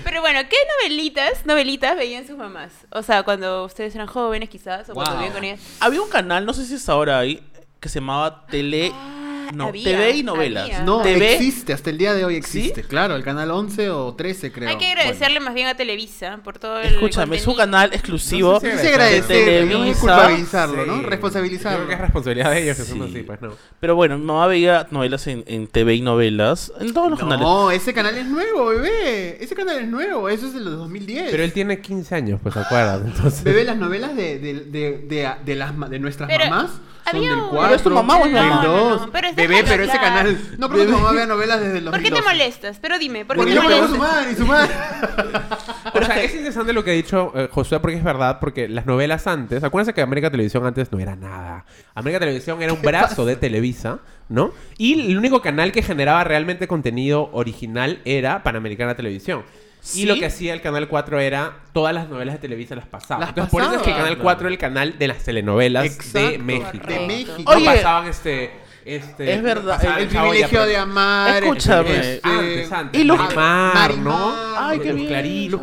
Speaker 4: Pero bueno, ¿qué novelitas, novelitas veían sus mamás? O sea, cuando ustedes eran jóvenes quizás, o cuando
Speaker 1: Wow.
Speaker 4: vivían con ellas.
Speaker 2: Había un canal, no sé si es ahora ahí, que se llamaba Tele... no,
Speaker 4: Ah, había,
Speaker 2: TV y novelas.
Speaker 4: había.
Speaker 1: No,
Speaker 2: TV.
Speaker 1: existe. Hasta el día de hoy
Speaker 2: ¿Sí?
Speaker 1: existe. Claro, el canal 11 o 13, creo.
Speaker 4: Hay que
Speaker 1: Bueno.
Speaker 4: agradecerle más bien a Televisa por todo el
Speaker 2: Escúchame, es un
Speaker 4: contenido.
Speaker 2: canal exclusivo
Speaker 3: No sé
Speaker 1: Sí,
Speaker 3: si
Speaker 1: se
Speaker 2: de
Speaker 1: agradece, no es
Speaker 2: Televisa.
Speaker 1: culpabilizarlo, ¿no?
Speaker 3: Sí.
Speaker 1: Responsabilizarlo.
Speaker 3: Creo que es responsabilidad de ellos que son
Speaker 2: Sí.
Speaker 3: así, pues no.
Speaker 2: Pero bueno, mi mamá veía novelas en, en TV y novelas, en todos los canales.
Speaker 1: No, ese canal es nuevo, bebé. Ese canal es nuevo, eso es de los 2010.
Speaker 3: Pero él tiene 15 años, pues, acuerdas? Entonces...
Speaker 1: Bebé, las novelas de, de, de, de, de las, ma- de nuestras
Speaker 4: Pero,
Speaker 1: mamás son
Speaker 4: había
Speaker 1: del
Speaker 4: un-
Speaker 1: 4,
Speaker 4: ¿Pero
Speaker 2: es tu mamá o es mi
Speaker 1: del
Speaker 4: No,
Speaker 2: mamá?
Speaker 4: no,
Speaker 1: 2.
Speaker 4: no, pero es
Speaker 1: Bebé,
Speaker 4: déjalo
Speaker 1: pero ese
Speaker 4: hablar.
Speaker 1: canal... No creo que tu mamá vea novelas desde los
Speaker 4: ¿Por qué te molestas? Pero dime, ¿por qué
Speaker 1: Porque
Speaker 4: te
Speaker 1: yo pegó a su
Speaker 4: molestas?
Speaker 1: madre y su madre.
Speaker 3: o sea, es interesante lo que ha dicho eh, Josué porque es verdad, porque las novelas antes, acuérdense que América Televisión antes no era nada. América Televisión era un brazo de Televisa, ¿no? Y el único canal que generaba realmente contenido original era Panamericana Televisión. Y
Speaker 2: ¿Sí?
Speaker 3: lo que hacía el Canal 4 era todas las novelas de Televisa las pasaba.
Speaker 1: Las
Speaker 3: Entonces, por eso es que
Speaker 1: pasaba.
Speaker 3: Canal 4 era el canal de las telenovelas de
Speaker 1: Exacto,
Speaker 3: México.
Speaker 1: De
Speaker 4: Correcto.
Speaker 1: México.
Speaker 3: No
Speaker 2: Oye,
Speaker 3: pasaban este, este-
Speaker 2: es verdad,
Speaker 3: pasaban
Speaker 1: el
Speaker 3: Chavo y
Speaker 1: privilegio
Speaker 3: Apre-
Speaker 1: de amar.
Speaker 2: Escúchame.
Speaker 1: este,
Speaker 3: Antes, antes.
Speaker 2: Y Luz-
Speaker 3: Marimar, ¿no?
Speaker 1: Marimar,
Speaker 2: Ay, qué
Speaker 3: Luz
Speaker 2: bien.
Speaker 3: Clarita.
Speaker 2: Luz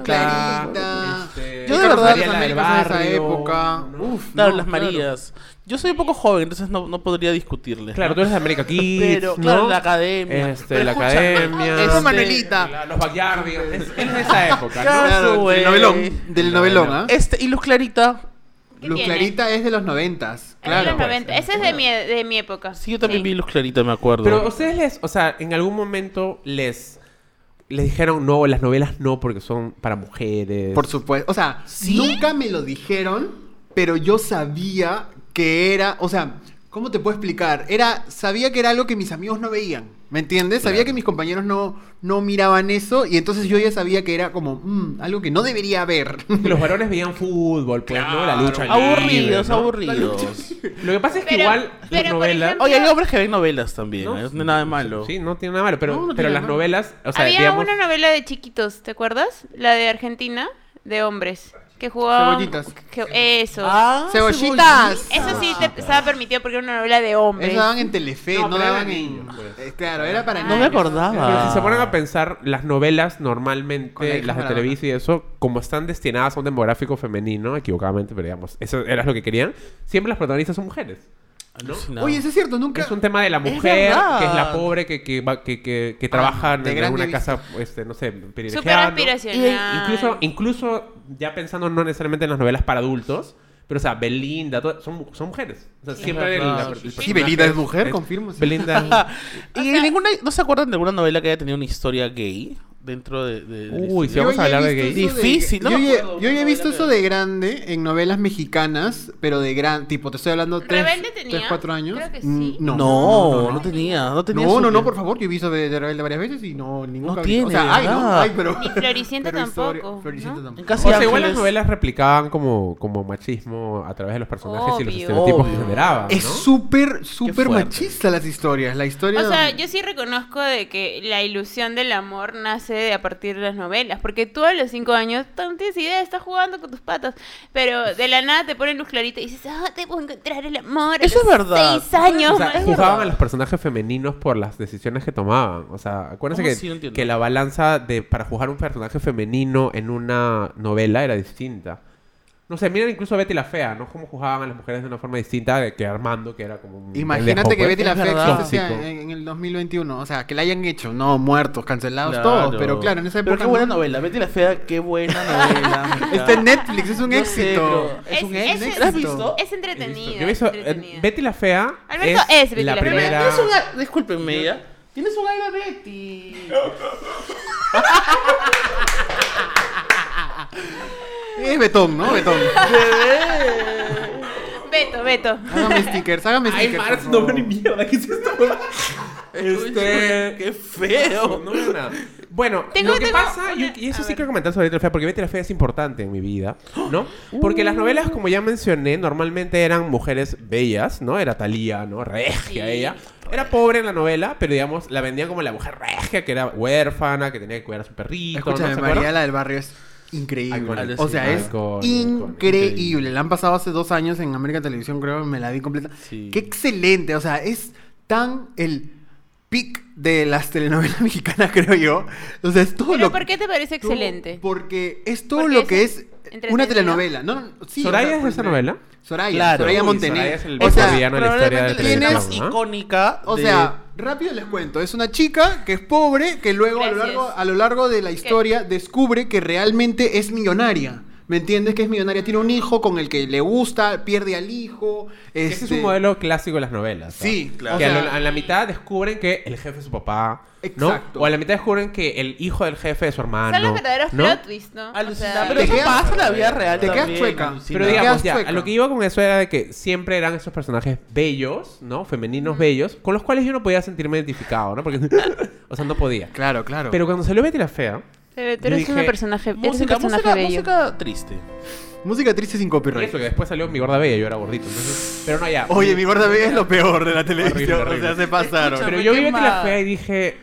Speaker 1: Clarita.
Speaker 3: Este,
Speaker 2: Yo de verdad-
Speaker 3: María la del
Speaker 1: Américas de esa
Speaker 3: Barrio,
Speaker 1: época.
Speaker 3: ¿no?
Speaker 1: Uf,
Speaker 2: Claro,
Speaker 1: no,
Speaker 2: las Marías. Yo soy un poco joven, entonces no, no podría discutirles.
Speaker 3: Claro, tú eres de América Kids,
Speaker 2: Pero,
Speaker 3: ¿no?
Speaker 2: claro, la academia.
Speaker 3: Este,
Speaker 2: Pero
Speaker 3: la
Speaker 2: escúchame,
Speaker 3: academia.
Speaker 1: Eso es
Speaker 2: Este,
Speaker 1: Manuelita.
Speaker 3: la- los Backyardigans. Es, es de esa época, ¿no?
Speaker 2: Claro,
Speaker 1: Claro,
Speaker 2: güey.
Speaker 1: del novelón. Del novelón, ¿ah?
Speaker 2: Este, y Luz Clarita.
Speaker 4: ¿Qué
Speaker 1: Luz
Speaker 4: tiene?
Speaker 1: Clarita es de los noventas.
Speaker 4: Es de los
Speaker 1: Claro.
Speaker 4: 90. Ese es de mi, de mi época.
Speaker 2: pues. Sí, yo también vi Luz Clarita, me acuerdo.
Speaker 3: Pero ustedes les, o sea, en algún momento les les dijeron no, las novelas no porque son para mujeres.
Speaker 1: Por supuesto. O sea, nunca me lo dijeron, pero yo sabía que era. O sea, ¿cómo te puedo explicar? Era, sabía que era algo que mis amigos no veían. ¿Me entiendes? Sabía que mis compañeros no, no miraban eso y entonces yo ya sabía que era como mm, algo que no debería haber.
Speaker 3: Que los varones veían fútbol, pues no la lucha libre,
Speaker 2: aburridos,
Speaker 3: ¿no?
Speaker 2: aburridos.
Speaker 3: Lo que pasa es que
Speaker 4: Pero-
Speaker 3: igual
Speaker 4: pero,
Speaker 3: las
Speaker 4: por
Speaker 3: novelas
Speaker 4: ejemplo,
Speaker 2: Oye, hay hombres que ven novelas también,
Speaker 3: No,
Speaker 2: ¿eh? no es nada de malo.
Speaker 3: Sí, no tiene nada malo, pero,
Speaker 2: No, no
Speaker 3: pero
Speaker 2: tiene
Speaker 3: las
Speaker 2: nada.
Speaker 3: novelas, o sea,
Speaker 4: Había
Speaker 3: digamos,
Speaker 4: una novela de chiquitos, ¿te acuerdas? La de Argentina, de hombres, que jugaban...
Speaker 1: Cebollitas.
Speaker 4: que- eso.
Speaker 2: Ah,
Speaker 1: Cebollitas.
Speaker 4: Eso sí te- estaba permitido porque era una novela de hombres.
Speaker 1: Eso daban en Telefe,
Speaker 3: No,
Speaker 1: no,
Speaker 3: pero
Speaker 1: daban
Speaker 3: era
Speaker 1: en.
Speaker 3: niños, pues.
Speaker 1: Eh, Claro, era para
Speaker 2: No me
Speaker 1: niños.
Speaker 3: Pero
Speaker 2: acordaba.
Speaker 1: Ah.
Speaker 3: si se ponen a pensar, las novelas
Speaker 1: Con la
Speaker 3: normalmente,
Speaker 1: hija
Speaker 3: las de
Speaker 1: Maradona.
Speaker 3: televisión y eso, como están destinadas a un demográfico femenino, equivocadamente, pero digamos, eso era lo que querían, siempre las protagonistas son mujeres.
Speaker 2: Alucinado.
Speaker 1: Oye, eso es cierto, nunca.
Speaker 3: Es un tema de la
Speaker 2: Es
Speaker 3: mujer,
Speaker 2: verdad.
Speaker 3: que es la pobre, que, que, va- que, que, que trabaja
Speaker 1: de
Speaker 3: en
Speaker 1: grande
Speaker 3: alguna
Speaker 1: vista.
Speaker 3: casa, este, no sé, privilegiada.
Speaker 4: Súper
Speaker 3: ¿no?
Speaker 4: aspiracional.
Speaker 3: Incluso, incluso ya pensando no necesariamente en las novelas para adultos, pero o sea, Belinda, todo- son, son mujeres. O sea, siempre el,
Speaker 2: verdad.
Speaker 3: la- el
Speaker 2: Sí,
Speaker 1: Sí,
Speaker 3: personaje
Speaker 1: Belinda es mujer, confirmo. sí.
Speaker 3: Belinda.
Speaker 2: ¿Y ninguna, no se acuerdan de alguna novela que haya tenido una historia gay dentro de... de- de la
Speaker 3: Uy,
Speaker 2: historia?
Speaker 3: si vamos
Speaker 1: Yo
Speaker 3: a
Speaker 1: ya
Speaker 3: hablar de
Speaker 1: he
Speaker 3: gays.
Speaker 1: visto eso
Speaker 2: Difícil, no
Speaker 1: yo,
Speaker 2: me
Speaker 1: ya-
Speaker 2: acuerdo,
Speaker 1: yo ya he
Speaker 2: una
Speaker 1: visto
Speaker 2: novela
Speaker 1: eso
Speaker 2: que-
Speaker 1: de grande en novelas mexicanas, pero de gran tipo, te estoy hablando tres,
Speaker 4: ¿Rebelde tenía?
Speaker 1: tres, cuatro años.
Speaker 4: Creo que sí.
Speaker 1: Mm, No.
Speaker 2: no, no, tenía, no tenía
Speaker 1: No,
Speaker 2: su-
Speaker 1: no, no, por favor, yo he visto de, de Rebelde varias veces y no, ningún
Speaker 2: No
Speaker 1: cabello.
Speaker 2: tiene,
Speaker 1: O sea, hay, ¿no?
Speaker 2: ¿verdad?
Speaker 1: Hay, pero.
Speaker 4: Ni Floricienta
Speaker 1: pero historia-
Speaker 4: tampoco,
Speaker 1: Floricienta
Speaker 4: ¿no?
Speaker 1: tampoco.
Speaker 2: En Casi
Speaker 3: O sea, igual las
Speaker 2: Ángeles.
Speaker 3: novelas replicaban como, como machismo a través de los personajes y los
Speaker 4: Obvio.
Speaker 3: estereotipos que
Speaker 2: Obvio.
Speaker 3: generaban. ¿no?
Speaker 1: Es súper, súper
Speaker 2: fuerte.
Speaker 1: machista las historias. La historia.
Speaker 4: O sea, yo sí reconozco de que la ilusión del amor nace de- a partir de las novelas, porque tú a los cinco años tú no tienes idea, estás jugando con tus patas, pero de la nada te ponen luz clarita y dices, ah, te puedo encontrar el amor. a
Speaker 2: Eso
Speaker 4: los
Speaker 2: es verdad.
Speaker 4: Seis años.
Speaker 3: O sea,
Speaker 4: man".
Speaker 3: juzgaban a los personajes femeninos por las decisiones que tomaban. O sea, acuérdense
Speaker 2: ¿Cómo
Speaker 3: que,
Speaker 2: así? No entiendo.
Speaker 3: que la balanza de para juzgar un personaje femenino en una novela era distinta. No sé, miren incluso a Betty la Fea, ¿no? Cómo juzgaban a las mujeres de una forma distinta de que Armando, que era como un pues.
Speaker 1: Imagínate que Betty la
Speaker 2: es
Speaker 1: Fea eh.
Speaker 2: verdad.
Speaker 1: existía
Speaker 3: Tóxico.
Speaker 1: en, en el 2021. O sea, que la hayan hecho. No, muertos, cancelados
Speaker 2: Claro.
Speaker 1: todos. Pero claro, en esa época.
Speaker 2: Pero qué buena
Speaker 1: no. Este
Speaker 2: novela, Betty la Fea, qué buena novela. amiga.
Speaker 1: Está en Netflix, es un
Speaker 2: Yo sé,
Speaker 1: éxito.
Speaker 2: pero Es un
Speaker 4: Es-
Speaker 2: éxito.
Speaker 4: es-
Speaker 2: ¿La has visto?
Speaker 4: Es entretenida.
Speaker 3: Yo he visto, eh,
Speaker 4: entretenida.
Speaker 3: Betty la Fea.
Speaker 4: Alberto es Betty
Speaker 3: la
Speaker 4: la Fea.
Speaker 2: Pero
Speaker 3: primera.
Speaker 2: tienes un a- Discúlpenme ya. Tienes un aire Betty.
Speaker 1: Es Betón, ¿no? Betón.
Speaker 4: Beto, Beto.
Speaker 1: Hágame stickers, hágame
Speaker 3: Ay,
Speaker 1: stickers.
Speaker 3: Marx,
Speaker 1: por
Speaker 3: no veo
Speaker 1: favor.
Speaker 3: ni mierda. ¿Qué es esto? este.
Speaker 2: Qué feo.
Speaker 3: No veo nada. Bueno,
Speaker 4: Tengo-
Speaker 3: lo que
Speaker 4: tengo
Speaker 3: pasa,
Speaker 4: una-
Speaker 3: yo- y eso
Speaker 4: a
Speaker 3: sí
Speaker 4: ver.
Speaker 3: quiero comentar sobre Betty la Fea, porque Betty la Fea es importante en mi vida, ¿no? Porque
Speaker 4: Uh.
Speaker 3: las novelas, como ya mencioné, normalmente eran mujeres bellas, ¿no? Era Talía, ¿no? Regia
Speaker 4: Sí.
Speaker 3: ella. Era pobre en la novela, pero digamos, la vendían como la mujer regia, que era huérfana, que tenía que cuidar a su perrito. ¿no?
Speaker 1: Escúchame,
Speaker 3: ¿Se acuerdan?
Speaker 1: María, la del barrio es increíble.
Speaker 3: Iconic.
Speaker 1: o sea, es
Speaker 3: Iconic,
Speaker 1: increíble.
Speaker 3: increíble.
Speaker 1: La han pasado hace dos años en América Televisión, creo, me la vi completa.
Speaker 2: Sí.
Speaker 1: Qué excelente. O sea, es tan el pic de las telenovelas mexicanas, creo yo. O sea, es todo
Speaker 4: ¿Pero
Speaker 1: lo
Speaker 4: por qué te parece
Speaker 1: todo-
Speaker 4: excelente?
Speaker 1: Porque es todo
Speaker 4: Porque
Speaker 1: lo
Speaker 4: es
Speaker 1: que es
Speaker 4: entretenida.
Speaker 1: una telenovela. No, no, sí,
Speaker 3: ¿Soraya
Speaker 1: o sea,
Speaker 3: es de esa
Speaker 1: porque-
Speaker 3: novela?
Speaker 1: Soraya,
Speaker 2: Claro.
Speaker 1: Soraya
Speaker 2: Uy,
Speaker 1: Montenegro.
Speaker 3: Soraya es el
Speaker 1: o
Speaker 3: mejor
Speaker 1: sea,
Speaker 3: villano en la historia de
Speaker 2: Probablemente la
Speaker 1: tienes-
Speaker 2: más
Speaker 3: televisión, ¿no?
Speaker 2: icónica.
Speaker 1: O
Speaker 2: de-
Speaker 1: sea, rápido les cuento, es una chica que es pobre, que luego a lo,
Speaker 4: Gracias.
Speaker 1: largo, a lo largo de la historia descubre que realmente es millonaria. ¿Me entiendes? Que es millonaria, tiene un hijo con el que le gusta, pierde al hijo.
Speaker 3: Ese es
Speaker 1: este,
Speaker 3: un modelo clásico de las novelas. ¿sabes?
Speaker 1: Sí, claro.
Speaker 3: Que
Speaker 1: O
Speaker 3: a,
Speaker 1: sea-
Speaker 3: lo- a la mitad descubren que el jefe es su papá.
Speaker 1: Exacto.
Speaker 3: ¿no? O a la mitad descubren que el hijo del jefe es su hermano.
Speaker 4: Son los verdaderos
Speaker 3: Ah, ¿no?
Speaker 4: plot twists, ¿no? O
Speaker 2: Alucinada,
Speaker 4: sea,
Speaker 2: pero
Speaker 1: te
Speaker 2: eso
Speaker 1: quedas-
Speaker 2: pasa en la vida real.
Speaker 1: te quedas
Speaker 2: también,
Speaker 1: chueca.
Speaker 2: alucinada.
Speaker 3: Pero
Speaker 1: Te
Speaker 3: digamos,
Speaker 1: quedas
Speaker 3: ya,
Speaker 1: chueca.
Speaker 3: a lo que iba con eso era de que siempre eran esos personajes bellos, ¿no? Femeninos bellos, con los cuales yo no podía sentirme identificado, ¿no? Porque, o sea, no podía.
Speaker 1: Claro, claro.
Speaker 3: Pero cuando salió Betty la Fea,
Speaker 4: Pero tú
Speaker 3: Yo
Speaker 4: eres un
Speaker 3: dije,
Speaker 4: personaje, eres un
Speaker 2: música,
Speaker 4: personaje
Speaker 2: música,
Speaker 4: bello.
Speaker 2: música triste.
Speaker 1: Música triste sin
Speaker 3: y eso
Speaker 1: copyright.
Speaker 3: que después salió Mi Gorda Bella, yo era gordito. entonces- pero no, ya.
Speaker 1: Oye, mi gorda bella es lo peor de la televisión.
Speaker 3: horrible.
Speaker 1: O sea, se pasaron.
Speaker 2: Escúchame.
Speaker 3: Pero yo vi Betty la
Speaker 2: quemada.
Speaker 3: Fea y dije,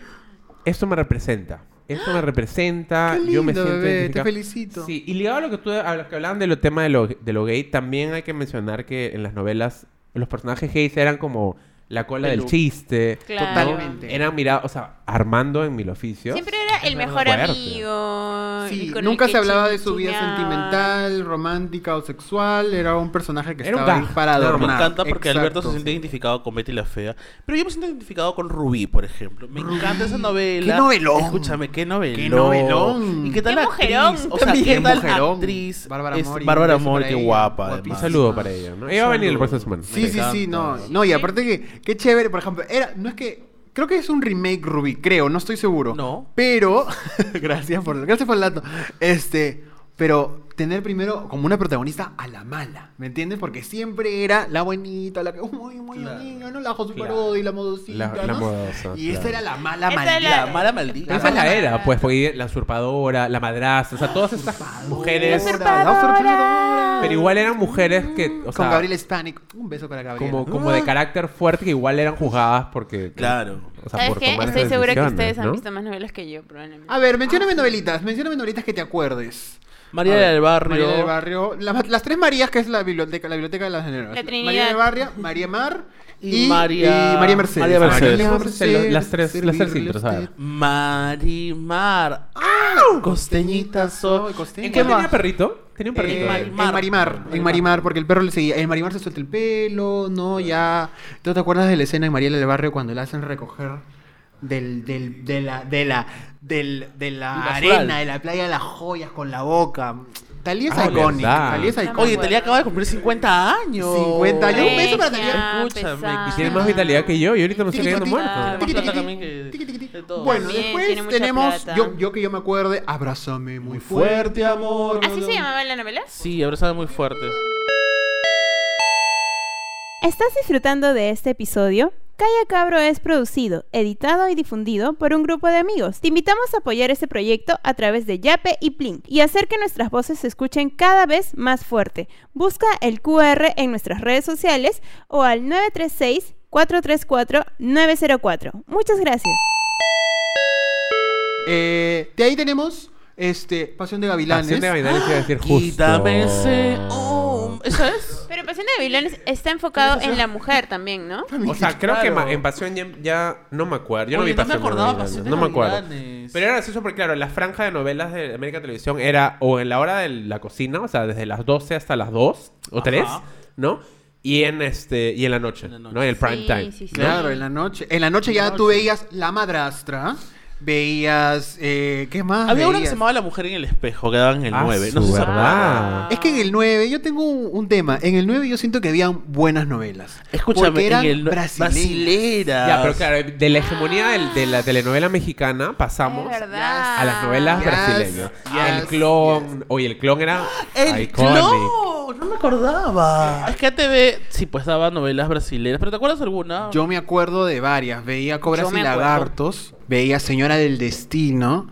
Speaker 3: esto me representa. Esto me representa,
Speaker 1: Qué
Speaker 3: yo me
Speaker 1: lindo,
Speaker 3: siento
Speaker 1: bebé, te
Speaker 3: identificado".
Speaker 1: felicito.
Speaker 3: Sí, y ligado a lo que tú a lo que hablaban de lo tema de lo, de lo gay, también hay que mencionar que en las novelas los personajes gays eran como la cola
Speaker 2: El
Speaker 3: del
Speaker 2: look.
Speaker 3: chiste.
Speaker 4: Claro.
Speaker 1: Totalmente.
Speaker 3: Eran mirados, o sea, Armando en Mil Oficios.
Speaker 4: Siempre era el
Speaker 3: Era
Speaker 4: mejor
Speaker 3: fuerte.
Speaker 4: amigo.
Speaker 1: Sí,
Speaker 4: con el
Speaker 1: nunca
Speaker 4: que
Speaker 1: se hablaba de su vida
Speaker 4: chinchuneaba.
Speaker 1: sentimental, romántica o sexual. Era un personaje que
Speaker 3: Era un
Speaker 1: estaba ahí
Speaker 3: gag.
Speaker 1: para
Speaker 2: Claro,
Speaker 1: adornar.
Speaker 2: me encanta porque
Speaker 1: Exacto.
Speaker 2: Alberto se siente identificado con Betty la Fea. Pero yo me siento identificado con Rubí, por ejemplo. Me encanta esa novela.
Speaker 1: ¡Qué novelón!
Speaker 2: Escúchame, qué novelón.
Speaker 1: ¡Qué novelón!
Speaker 2: ¿Y qué tal
Speaker 4: ¡Qué
Speaker 2: la
Speaker 4: mujerón!
Speaker 2: actriz? O sea,
Speaker 1: También.
Speaker 2: ¿qué
Speaker 1: ¡Qué
Speaker 2: tal
Speaker 1: mujerón!
Speaker 2: actriz?
Speaker 1: Bárbara
Speaker 2: es
Speaker 1: Mori, un
Speaker 2: Bárbara
Speaker 1: beso
Speaker 2: Mori,
Speaker 1: para
Speaker 2: qué
Speaker 1: ella,
Speaker 2: guapa.
Speaker 1: guapísima.
Speaker 3: Un
Speaker 2: además.
Speaker 3: saludo para ella, ¿no? Ella va a venir el próximo semana.
Speaker 1: Sí, sí, sí, no.
Speaker 2: encanta.
Speaker 1: No, y aparte que, qué chévere, por ejemplo, era, no es que. Creo que es un remake Ruby, creo, no estoy seguro.
Speaker 2: No.
Speaker 1: Pero. gracias por gracias por el dato. Este. Pero tener primero como una protagonista a la mala, ¿me entiendes? Porque siempre era la buenita, la que, uy, muy
Speaker 2: Claro.
Speaker 1: amiga, ¿no? La Josu
Speaker 2: Claro.
Speaker 1: Parodi, la modosita,
Speaker 3: La- la
Speaker 1: ¿no?
Speaker 3: modosa,
Speaker 1: Y esta
Speaker 3: claro.
Speaker 1: era la mala
Speaker 4: Esa
Speaker 1: maldita.
Speaker 4: era
Speaker 2: La mala maldita.
Speaker 3: Pero esa es la era, pues, porque la usurpadora, la madrastra, o sea, todas estas mujeres.
Speaker 1: La usurpadora, la usurpadora.
Speaker 3: Pero igual eran mujeres que, o sea,
Speaker 1: Con Gabriel Spanik. Un beso para Gabriel.
Speaker 3: como, como
Speaker 2: Ah.
Speaker 3: de carácter fuerte que igual eran juzgadas porque.
Speaker 2: Claro.
Speaker 3: O sea,
Speaker 4: ¿Sabes
Speaker 3: por
Speaker 4: qué?
Speaker 3: tomar
Speaker 4: Estoy
Speaker 3: esas
Speaker 4: segura que
Speaker 3: decisiones,
Speaker 4: ustedes han
Speaker 3: ¿no?
Speaker 4: visto más novelas que yo, probablemente.
Speaker 1: A ver, mencióname novelitas, mencióname novelitas que te acuerdes.
Speaker 2: María
Speaker 1: A ver,
Speaker 2: del Barrio.
Speaker 1: María del Barrio. La- las tres Marías, que es la biblioteca, la biblioteca de las generas.
Speaker 4: La Trinidad.
Speaker 1: María del Barrio, María Mar
Speaker 2: Y María-
Speaker 1: y María Mercedes.
Speaker 2: María Mercedes.
Speaker 3: Las tres- las tres
Speaker 1: servirle
Speaker 3: intros,
Speaker 1: a
Speaker 3: a ver.
Speaker 1: usted.
Speaker 2: Marimar. ¡Ah! Costeñita soy.
Speaker 1: Soy costeña.
Speaker 2: ¿En
Speaker 3: ¿En
Speaker 2: qué
Speaker 3: cuál
Speaker 1: más?
Speaker 2: más?
Speaker 3: tenía perrito? Tenía un perrito.
Speaker 1: Eh, en
Speaker 2: Marimar.
Speaker 1: Marimar, en Marimar, porque el perro le seguía. En Marimar se suelta el pelo, no, ya. ¿Tú te acuerdas de la escena en María del Barrio cuando la hacen recoger del, del, de la, de la, del, de
Speaker 2: Del
Speaker 1: la
Speaker 2: basural.
Speaker 1: arena, de la playa de las joyas con la boca? Talía es
Speaker 3: Ah,
Speaker 1: icónica.
Speaker 3: verdad.
Speaker 1: Talía es
Speaker 4: Oye,
Speaker 1: icónica.
Speaker 2: Oye, Talía acaba de cumplir 50 años.
Speaker 1: 50 años. Un beso para
Speaker 4: Peña,
Speaker 2: Escúchame.
Speaker 4: pesada.
Speaker 2: que
Speaker 3: Tiene más vitalidad que yo y ahorita me estoy
Speaker 1: Tiqui,
Speaker 3: cayendo
Speaker 1: tiqui,
Speaker 3: muerto.
Speaker 1: tiqui,
Speaker 2: Tiene más plata
Speaker 1: tiqui,
Speaker 2: también que-
Speaker 1: tiqui, tiqui.
Speaker 2: de todo.
Speaker 1: Bueno,
Speaker 4: También tiene
Speaker 1: después
Speaker 4: mucha
Speaker 1: tenemos,
Speaker 4: plata.
Speaker 1: yo, yo que yo me acuerde, abrázame muy fuerte.
Speaker 2: fuerte, amor.
Speaker 4: ¿Así se llamaba la novela?
Speaker 2: Sí, abrazada muy fuerte.
Speaker 5: ¿Estás disfrutando de este episodio? Calla Cabro es producido, editado y difundido por un grupo de amigos. Te invitamos a apoyar este proyecto a través de Yape y Plink y hacer que nuestras voces se escuchen cada vez más fuerte. Busca el QR en nuestras redes sociales o al 936-434-904. Muchas gracias.
Speaker 1: Eh, de ahí tenemos este Pasión de Gavilanes.
Speaker 3: Pasión de Gavilanes iba a decir justo.
Speaker 2: Quítame ese. Oh, ¿Esa es?
Speaker 4: Pero Pasión de Gavilanes está enfocado en la mujer también, ¿no?
Speaker 3: O sea, creo
Speaker 2: Claro.
Speaker 3: que ma- en Pasión ya, ya no me acuerdo. Yo no
Speaker 2: Oye,
Speaker 3: vi
Speaker 2: no me
Speaker 3: Pasión de
Speaker 2: acordaba
Speaker 3: Gavilanes,
Speaker 2: Pasión de
Speaker 3: No me acuerdo.
Speaker 2: Gavilanes.
Speaker 3: Pero era gracioso porque, claro, la franja de novelas de América Televisión era o en la hora de la cocina, o sea, desde las 12 hasta las 2 o 3, ¿no? Y en, este, y en la noche,
Speaker 2: En la noche.
Speaker 3: ¿no? Y el prime
Speaker 4: Sí,
Speaker 3: time.
Speaker 4: sí, sí.
Speaker 1: Claro, en la noche. En la noche ya tú veías La Madrastra, veías, eh, ¿qué más?
Speaker 2: Había una que
Speaker 1: veías?
Speaker 2: se llamaba La Mujer en el Espejo, que daban en el
Speaker 3: Ah,
Speaker 2: 9. No
Speaker 3: su
Speaker 2: sé si se
Speaker 3: verdad.
Speaker 2: acuerdan.
Speaker 1: Es que en el 9, yo tengo un, un tema, en el 9 yo siento que habían buenas novelas.
Speaker 2: Escúchame,
Speaker 1: Porque eran
Speaker 2: en el
Speaker 1: brasileñas.
Speaker 2: Brasileras.
Speaker 3: Ya, pero claro, de la hegemonía del- de la telenovela mexicana pasamos
Speaker 4: Es verdad.
Speaker 3: a las novelas
Speaker 1: Yes,
Speaker 3: brasileñas.
Speaker 1: yes,
Speaker 3: el clon. Oye, el clon era
Speaker 2: El
Speaker 3: iconic.
Speaker 2: Clon, no me acordaba. Es que ATV, sí, pues daba novelas brasileñas. ¿Pero te acuerdas alguna?
Speaker 1: Yo me acuerdo de varias. Veía Cobras
Speaker 2: Yo me
Speaker 1: y
Speaker 2: acuerdo.
Speaker 1: Lagartos. Veía Señora del Destino.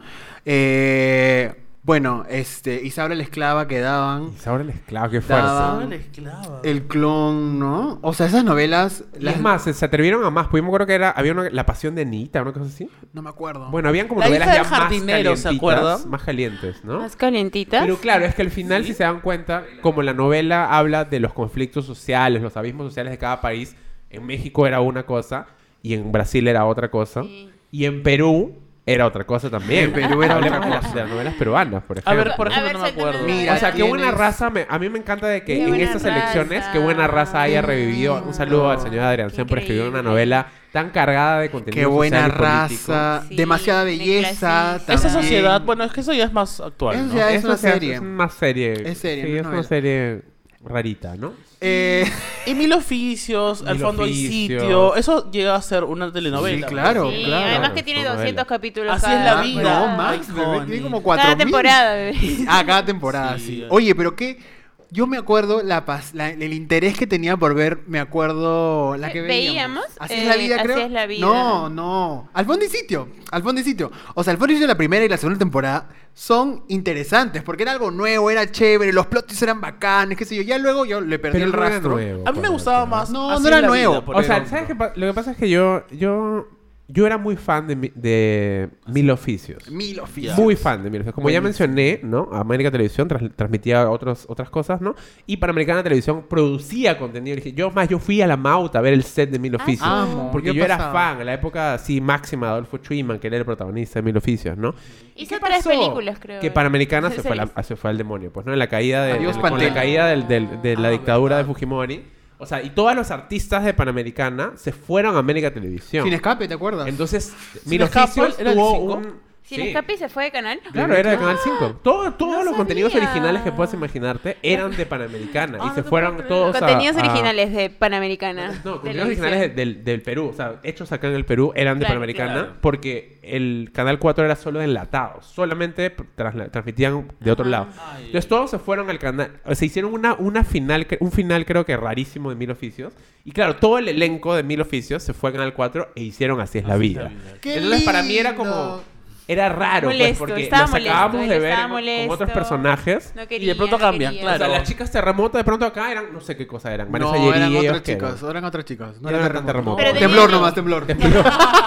Speaker 1: eh, bueno, este, Isaura la Esclava que daban.
Speaker 3: Y ahora el esclavo, qué
Speaker 1: Daba-
Speaker 3: fuerza.
Speaker 2: Estaba Ah, la esclava.
Speaker 1: El clon, ¿no? O sea, esas novelas.
Speaker 3: Las más, se se atrevieron a más. Pues yo me acuerdo que era, había una, La Pasión de Nita, una cosa así.
Speaker 1: No me acuerdo.
Speaker 3: Bueno, habían como
Speaker 2: La
Speaker 3: novelas
Speaker 2: hija
Speaker 3: ya
Speaker 2: del
Speaker 3: más
Speaker 2: jardinero,
Speaker 3: calientitas.
Speaker 2: ¿se acuerdan?
Speaker 3: Más calientes, ¿no?
Speaker 4: Más calientitas.
Speaker 3: Pero claro, es que al final, si se dan cuenta, como la novela habla de los conflictos sociales, los abismos sociales de cada país, en México era una cosa y en Brasil era otra cosa.
Speaker 4: Sí.
Speaker 3: Y en Perú era otra cosa también.
Speaker 1: En Perú era
Speaker 3: Hablemos
Speaker 1: otra
Speaker 3: de las-
Speaker 1: cosa.
Speaker 3: De las novelas peruanas, por
Speaker 2: A
Speaker 3: ejemplo.
Speaker 2: ver, por
Speaker 4: A
Speaker 2: ejemplo,
Speaker 4: ver,
Speaker 2: no me
Speaker 4: suéltame
Speaker 2: acuerdo.
Speaker 4: una.
Speaker 1: Mira,
Speaker 3: O sea, qué buena
Speaker 1: tienes-
Speaker 3: raza. me- a mí me encanta de
Speaker 4: Qué
Speaker 3: que en
Speaker 4: buena
Speaker 3: estas elecciones,
Speaker 4: raza.
Speaker 3: qué buena raza haya revivido. Un saludo al
Speaker 1: lindo.
Speaker 3: señor Adrián Sen por escribir una
Speaker 4: Increíble.
Speaker 3: novela tan cargada de contenido.
Speaker 1: Qué buena
Speaker 3: social y político.
Speaker 1: raza.
Speaker 4: Sí,
Speaker 1: demasiada
Speaker 4: de
Speaker 1: belleza.
Speaker 4: clasismo.
Speaker 2: Esa
Speaker 1: también.
Speaker 2: sociedad, bueno, es que eso ya es más actual,
Speaker 1: Eso
Speaker 2: ¿no?
Speaker 1: ya- es
Speaker 3: Eso
Speaker 1: una
Speaker 3: sí,
Speaker 1: serie.
Speaker 3: Es una serie.
Speaker 1: Es serie,
Speaker 3: Sí,
Speaker 1: no es
Speaker 3: es una
Speaker 1: novela.
Speaker 3: serie rarita, ¿no?
Speaker 1: Eh,
Speaker 2: Y Mil Oficios, Al
Speaker 3: Mil
Speaker 2: fondo hay
Speaker 3: Oficios.
Speaker 2: sitio. Eso llega a ser una telenovela.
Speaker 1: sí, claro,
Speaker 4: Sí,
Speaker 1: claro.
Speaker 4: además que tiene
Speaker 3: Son
Speaker 4: 200
Speaker 3: novelas.
Speaker 4: capítulos
Speaker 2: Así
Speaker 4: cada
Speaker 2: es la
Speaker 1: Ah,
Speaker 2: vida.
Speaker 4: temporada.
Speaker 1: No, Max,
Speaker 2: Iconic.
Speaker 1: bebé, tiene como
Speaker 4: Cada
Speaker 1: 4.000.
Speaker 4: temporada, bebé.
Speaker 1: Ah, cada temporada,
Speaker 2: Sí.
Speaker 1: sí.
Speaker 3: eh.
Speaker 1: Oye, pero qué. Yo me acuerdo la, pas- la- el interés que tenía por ver, me acuerdo la que
Speaker 4: Eh,
Speaker 1: veíamos.
Speaker 4: veíamos,
Speaker 1: Así es la
Speaker 4: eh,
Speaker 1: vida,
Speaker 4: Así
Speaker 1: creo.
Speaker 4: es la vida.
Speaker 1: No, no. Al fondo y sitio. Al fondo y sitio. O sea, al fondo y sitio la primera y la segunda temporada son interesantes porque era algo nuevo, era chévere, los plot twists eran bacanes, qué sé yo. Ya luego yo le perdí el
Speaker 3: no era
Speaker 1: rastro.
Speaker 3: nuevo,
Speaker 2: A mí me
Speaker 3: por
Speaker 2: gustaba
Speaker 3: ejemplo.
Speaker 2: más.
Speaker 1: No,
Speaker 2: Así
Speaker 1: no era
Speaker 2: es la
Speaker 1: nuevo.
Speaker 2: vida, por
Speaker 3: O sea,
Speaker 2: ejemplo.
Speaker 3: ¿sabes qué pa- Lo que pasa es que yo, yo yo era muy fan de, mi- de Mil Oficios.
Speaker 1: Ah, Mil oficios.
Speaker 3: Muy fan de Mil Oficios. Como ya mencioné, ¿no? América Televisión tras- transmitía otros, otras cosas, ¿no? Y Panamericana Televisión producía contenido. original. Yo más, yo fui a la Mauta a ver el set de Mil
Speaker 1: Ah,
Speaker 3: Oficios.
Speaker 1: Amo.
Speaker 3: porque
Speaker 1: ¿Qué
Speaker 3: yo era
Speaker 1: pasaba?
Speaker 3: fan, en la época así máxima de Adolfo Schumann, que él era el protagonista de Mil Oficios, ¿no?
Speaker 4: Hizo
Speaker 3: qué
Speaker 4: tres
Speaker 3: pasó?
Speaker 4: películas, creo. eh.
Speaker 3: Que Panamericana se
Speaker 4: Series.
Speaker 3: fue, a la- se fue al demonio, pues, ¿no? En la caída de,
Speaker 1: Adiós,
Speaker 3: del- con la
Speaker 1: Pantene.
Speaker 3: caída del- del- de la
Speaker 1: Ah,
Speaker 3: dictadura
Speaker 1: verdad.
Speaker 3: de Fujimori. O sea, y todos los artistas de Panamericana se fueron a América Televisión.
Speaker 1: Sin escape, ¿te acuerdas?
Speaker 3: Entonces,
Speaker 2: Sin
Speaker 3: Mil
Speaker 2: Escape,
Speaker 3: Oficios
Speaker 2: ¿era el
Speaker 3: tuvo
Speaker 2: cinco?
Speaker 3: un...
Speaker 4: Sin
Speaker 3: sí.
Speaker 4: escape se fue de canal.
Speaker 3: Claro, era de Canal 5. Todo- todos
Speaker 4: no
Speaker 3: los contenidos
Speaker 4: sabía.
Speaker 3: originales que puedas imaginarte eran de Panamericana.
Speaker 4: Ah,
Speaker 3: y
Speaker 4: no
Speaker 3: se
Speaker 4: te
Speaker 3: fueron
Speaker 4: puedo creer.
Speaker 3: todos a-
Speaker 4: Contenidos
Speaker 3: a-
Speaker 4: originales de eh. Panamericana.
Speaker 3: ah. No, contenidos
Speaker 4: Televisión.
Speaker 3: originales del, del Perú. O sea, hechos acá en el Perú eran de
Speaker 4: Claro,
Speaker 3: Panamericana
Speaker 4: claro.
Speaker 3: porque el Canal 4 era solo de enlatados. Solamente trasla- transmitían de otro lado. Entonces todos se fueron al canal. o Se hicieron una, una final, que- un final creo que rarísimo de Mil Oficios. Y claro, todo el elenco de Mil Oficios se fue al Canal 4 e hicieron Así es la vida.
Speaker 1: ¡Qué
Speaker 3: Entonces para mí era como...
Speaker 1: lindo!
Speaker 3: Era raro, pues,
Speaker 4: Molesto,
Speaker 3: porque
Speaker 4: estaba
Speaker 3: nos acabamos
Speaker 4: molesto,
Speaker 3: de
Speaker 4: él
Speaker 3: ver
Speaker 4: estaba
Speaker 3: con- con
Speaker 4: molesto.
Speaker 3: otros personajes.
Speaker 4: No
Speaker 2: Y
Speaker 4: quería,
Speaker 2: de pronto
Speaker 4: no
Speaker 2: cambian,
Speaker 4: quería.
Speaker 2: claro.
Speaker 3: O sea, las chicas terremoto de pronto acá eran, no sé qué cosa eran. Vanessa
Speaker 1: No, eran
Speaker 3: Yerí, ellos
Speaker 1: otros
Speaker 3: que eran.
Speaker 1: chicos, eran otros chicos. No
Speaker 3: Eran
Speaker 1: eran
Speaker 3: terremoto.
Speaker 1: terremoto.
Speaker 4: Pero tenían-
Speaker 1: Temblor nomás, temblor.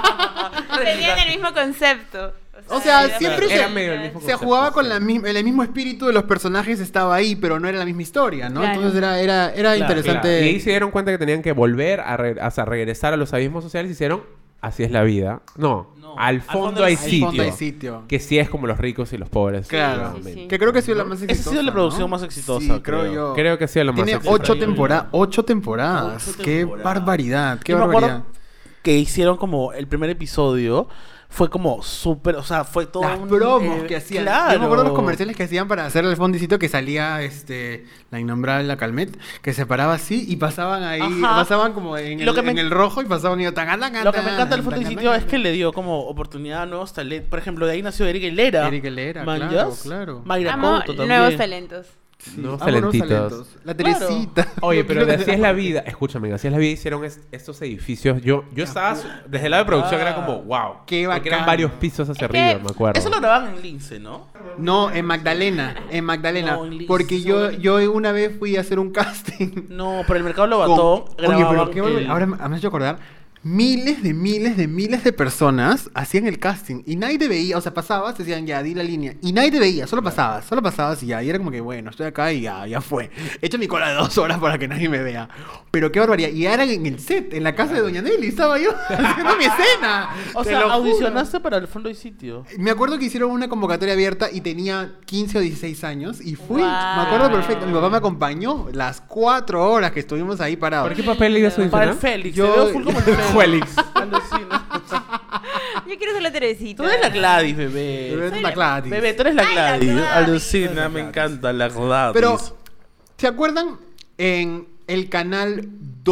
Speaker 4: Tenían el mismo concepto.
Speaker 1: O sea,
Speaker 4: era
Speaker 1: siempre se-
Speaker 4: parecido.
Speaker 3: Era medio el mismo
Speaker 1: Se jugaba con la misma, el mismo espíritu de los personajes estaba ahí, pero no era la misma historia, ¿no?
Speaker 4: Claro.
Speaker 1: Entonces era, era, era interesante.
Speaker 3: Claro, Y ahí se dieron cuenta que tenían que volver a, re- o sea, regresar a los abismos sociales. Hicieron Así es la vida. No,
Speaker 2: No,
Speaker 3: al fondo hay
Speaker 1: Al
Speaker 3: sitio.
Speaker 1: fondo hay sitio.
Speaker 3: Que sí es como los ricos y los pobres.
Speaker 1: Claro.
Speaker 4: Sí, sí, sí.
Speaker 1: Que creo que ha sido la más
Speaker 2: Esa ha
Speaker 1: exitosa.
Speaker 2: sido la producción
Speaker 1: ¿no?
Speaker 2: más exitosa,
Speaker 1: Sí, creo
Speaker 2: creo.
Speaker 1: yo.
Speaker 3: Creo que sí es lo más
Speaker 1: Tiene
Speaker 3: exitoso.
Speaker 1: ocho, temporadas ocho temporadas.
Speaker 2: Ocho
Speaker 1: Qué
Speaker 2: temporadas.
Speaker 1: barbaridad. Qué
Speaker 2: Yo me
Speaker 1: barbaridad.
Speaker 2: acuerdo que hicieron como el primer episodio fue como súper, o sea, fue todo
Speaker 1: Las
Speaker 2: un, eh,
Speaker 1: promos que hacían.
Speaker 2: Claro.
Speaker 1: Yo me acuerdo los comerciales que hacían para hacer el fondicito que salía este la innombrable la Calmet, que se paraba así y pasaban ahí,
Speaker 2: Ajá.
Speaker 1: pasaban como en,
Speaker 2: Lo
Speaker 1: el,
Speaker 2: que me-
Speaker 1: en el rojo y pasaban y yo, "Tanga, tanga,
Speaker 2: Lo que me encanta
Speaker 1: tanga,
Speaker 2: del fondo del
Speaker 1: tanga,
Speaker 2: sitio es
Speaker 1: tanga".
Speaker 2: que le dio como oportunidad a nuevos talentos. Por ejemplo, de ahí nació Eric Helera.
Speaker 1: Eric Helera,
Speaker 2: Man,
Speaker 1: claro,
Speaker 2: yes.
Speaker 1: claro.
Speaker 2: Mayra
Speaker 4: Amo
Speaker 2: Couto también.
Speaker 4: nuevos talentos.
Speaker 1: Sí,
Speaker 3: Nuevos
Speaker 1: vámonos,
Speaker 3: talentitos.
Speaker 1: La
Speaker 2: Claro.
Speaker 1: Teresita.
Speaker 3: Oye, pero de Así es la vida, escúchame, Así es la vida hicieron es- estos edificios. Yo, yo estaba, su- desde el lado de producción era como, wow.
Speaker 1: Qué
Speaker 3: Porque
Speaker 1: bacán.
Speaker 3: eran varios pisos hacia
Speaker 4: Es que-
Speaker 3: arriba, me acuerdo.
Speaker 2: Eso lo grababan en Lince, ¿no?
Speaker 1: No, en Magdalena, en Magdalena,
Speaker 2: No, en Liz,
Speaker 1: porque yo
Speaker 2: seguro.
Speaker 1: yo una vez fui a hacer un casting
Speaker 2: No, pero el mercado lo bató.
Speaker 1: Con- Oye,
Speaker 2: grababan
Speaker 1: pero qué barbaridad.
Speaker 2: el-
Speaker 1: ahora me me has hecho acordar. Miles de miles de miles de personas hacían el casting y nadie te veía, o sea, pasabas, te decían ya, di la línea, y nadie te veía, solo pasabas, solo pasabas y ya, y era como que bueno, estoy acá y ya, ya fue. He hecho mi cola de dos horas para que nadie me vea. Pero qué barbaridad, y era en el set, en la casa de Doña Nelly, estaba yo haciendo mi escena.
Speaker 2: O
Speaker 1: Te
Speaker 2: sea,
Speaker 1: lo juro.
Speaker 2: audicionaste para el fondo y sitio.
Speaker 1: Me acuerdo que hicieron una convocatoria abierta y tenía 15 o 16 años y fui. Me
Speaker 4: Guau.
Speaker 1: acuerdo perfecto. Mi papá me acompañó las cuatro horas que estuvimos ahí parados.
Speaker 3: ¿Por qué papel le ibas a
Speaker 2: Para el
Speaker 3: audicionar?
Speaker 2: Félix.
Speaker 1: Yo-
Speaker 2: Te veo full como el Félix.
Speaker 3: Félix.
Speaker 2: Alucina.
Speaker 4: Yo quiero ser la Teresita.
Speaker 2: Tú eres la Gladys, bebé.
Speaker 1: Pero es la Gladys.
Speaker 2: Bebé, tú eres la
Speaker 4: Ay, la
Speaker 2: Gladys.
Speaker 4: Gladys.
Speaker 2: Alucina, me encanta la Gladys.
Speaker 1: Pero, ¿se acuerdan en el canal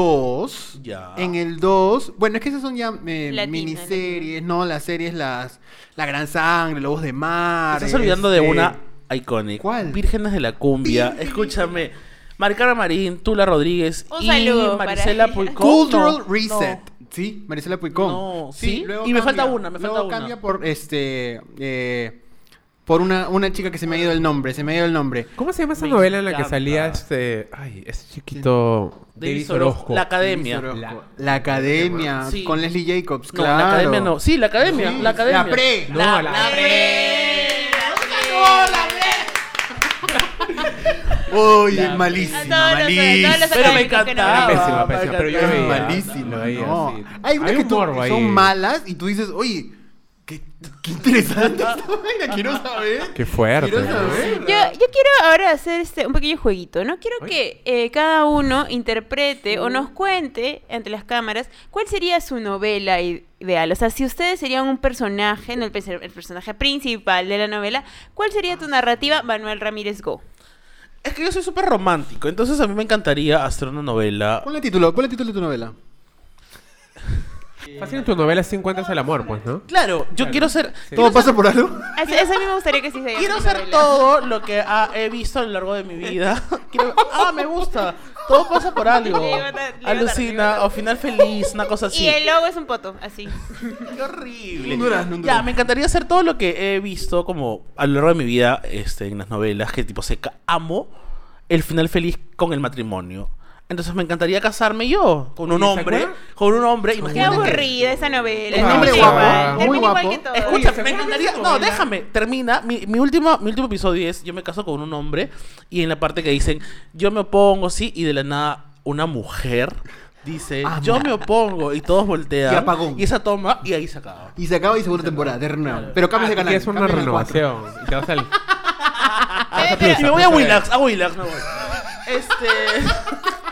Speaker 1: 2?
Speaker 2: Ya.
Speaker 1: En el 2. Bueno, es que esas son ya eh,
Speaker 4: Latina,
Speaker 1: miniseries, ¿no? Las series, las La Gran Sangre, Lobos de
Speaker 2: Te
Speaker 1: Mar.
Speaker 2: estás olvidando de
Speaker 1: este,
Speaker 2: una icónica.
Speaker 1: ¿Cuál?
Speaker 2: Vírgenes de la cumbia. Escúchame. Marcara Marín, Tula Rodríguez
Speaker 4: Un
Speaker 2: y
Speaker 4: saludo para
Speaker 2: Marisela
Speaker 4: ella.
Speaker 2: Puicón.
Speaker 1: Cultural
Speaker 2: No,
Speaker 1: Reset.
Speaker 2: no.
Speaker 1: Sí, Marisela Puicón.
Speaker 2: No, ¿sí? Y me falta una, me falta
Speaker 1: luego
Speaker 2: una.
Speaker 1: cambia por este. eh, por una, una chica que se me ha ido el nombre, se me ha ido el nombre.
Speaker 3: ¿Cómo se llama esa
Speaker 2: Me
Speaker 3: novela en la que
Speaker 2: encanta.
Speaker 3: salía este. Ay, ese chiquito. David Orozco.
Speaker 2: La academia.
Speaker 1: La, la academia
Speaker 2: Sí.
Speaker 1: con Leslie Jacobs,
Speaker 2: No,
Speaker 1: claro.
Speaker 2: la academia no. Sí, la academia.
Speaker 1: Sí,
Speaker 2: La academia.
Speaker 1: la pre.
Speaker 3: No, la,
Speaker 1: Oye,
Speaker 2: La-
Speaker 1: malísimo,
Speaker 4: A todos los- a todos los
Speaker 2: Pero me
Speaker 4: académicos que nos
Speaker 2: encantaba.
Speaker 3: Era
Speaker 4: ven.
Speaker 3: pésima, pésima. Pero yo
Speaker 2: Es
Speaker 3: lo veía.
Speaker 1: malísimo,
Speaker 3: lo veía,
Speaker 1: no.
Speaker 3: sí.
Speaker 1: Hay unas
Speaker 3: Hay
Speaker 1: que
Speaker 3: un
Speaker 1: tú-
Speaker 3: morbo
Speaker 1: que
Speaker 3: ahí.
Speaker 1: son malas y tú dices, oye, qué, qué interesante
Speaker 2: Ah.
Speaker 1: esta vaina, quiero saber.
Speaker 3: Qué fuerte.
Speaker 1: Quiero saber.
Speaker 4: Yo, yo quiero ahora hacer este, un pequeño jueguito, ¿no? Quiero que eh, cada uno interprete o nos cuente ante las cámaras cuál sería su novela i- ideal. O sea, si ustedes serían un personaje, no el, perso- el personaje principal de la novela, ¿cuál sería tu narrativa, Manuel Ramírez Go?
Speaker 2: Es que yo soy súper romántico, entonces a mí me encantaría hacer una novela.
Speaker 1: Ponle título, ponle título de tu novela.
Speaker 3: Fácil en tu novela 50 es el amor, pues, ¿no?
Speaker 2: Claro, yo quiero ser.
Speaker 1: ¿Todo pasa por algo?
Speaker 4: Eso, eso a mí me gustaría que sí se
Speaker 2: Quiero ser todo lo que ah, he visto a lo largo de mi vida. Quiero- ah, me gusta. Todo pasa por algo.
Speaker 4: Le iba a dar- le iba a dar- le iba a
Speaker 2: Alucina,
Speaker 4: dar.
Speaker 2: o final feliz, una cosa así.
Speaker 4: Y el logo es un poto, así.
Speaker 2: Qué horrible.
Speaker 1: Un durazno, un
Speaker 2: Ya,
Speaker 1: durazno.
Speaker 2: me encantaría hacer todo lo que he visto como a lo largo de mi vida este, en las novelas, que tipo seca, amo el final feliz con el matrimonio. Entonces me encantaría casarme yo con un
Speaker 3: ¿Y se
Speaker 2: hombre,
Speaker 3: acuerda?
Speaker 2: con un hombre.
Speaker 4: Qué
Speaker 2: imagínate que-
Speaker 4: aburrida esa novela.
Speaker 1: Un
Speaker 4: no
Speaker 1: hombre
Speaker 4: termina
Speaker 1: guapo,
Speaker 4: igual,
Speaker 1: muy
Speaker 4: termina igual
Speaker 1: guapo.
Speaker 4: que todo.
Speaker 2: Escucha,
Speaker 3: ¿se
Speaker 2: me
Speaker 3: acuerdan de
Speaker 2: encantaría.
Speaker 3: esa
Speaker 2: No,
Speaker 3: novela?
Speaker 2: déjame, termina. Mi, mi último, mi último episodio es: Yo me caso con un hombre. Y en la parte que dicen, Yo me opongo, sí. Y de la nada, una mujer dice,
Speaker 1: Ah,
Speaker 2: Yo
Speaker 1: mira.
Speaker 2: me opongo. Y todos voltean.
Speaker 1: Y apagón.
Speaker 2: esa toma, y ahí se acaba.
Speaker 1: Y se acaba y segunda temporada, de nuevo. Pero cambias de
Speaker 3: Ah,
Speaker 1: canal.
Speaker 3: Es una
Speaker 1: cambias al cuatro.
Speaker 3: renovación. Y te vas al-
Speaker 2: Ah, y me voy a Willax. A Willax me voy. Este.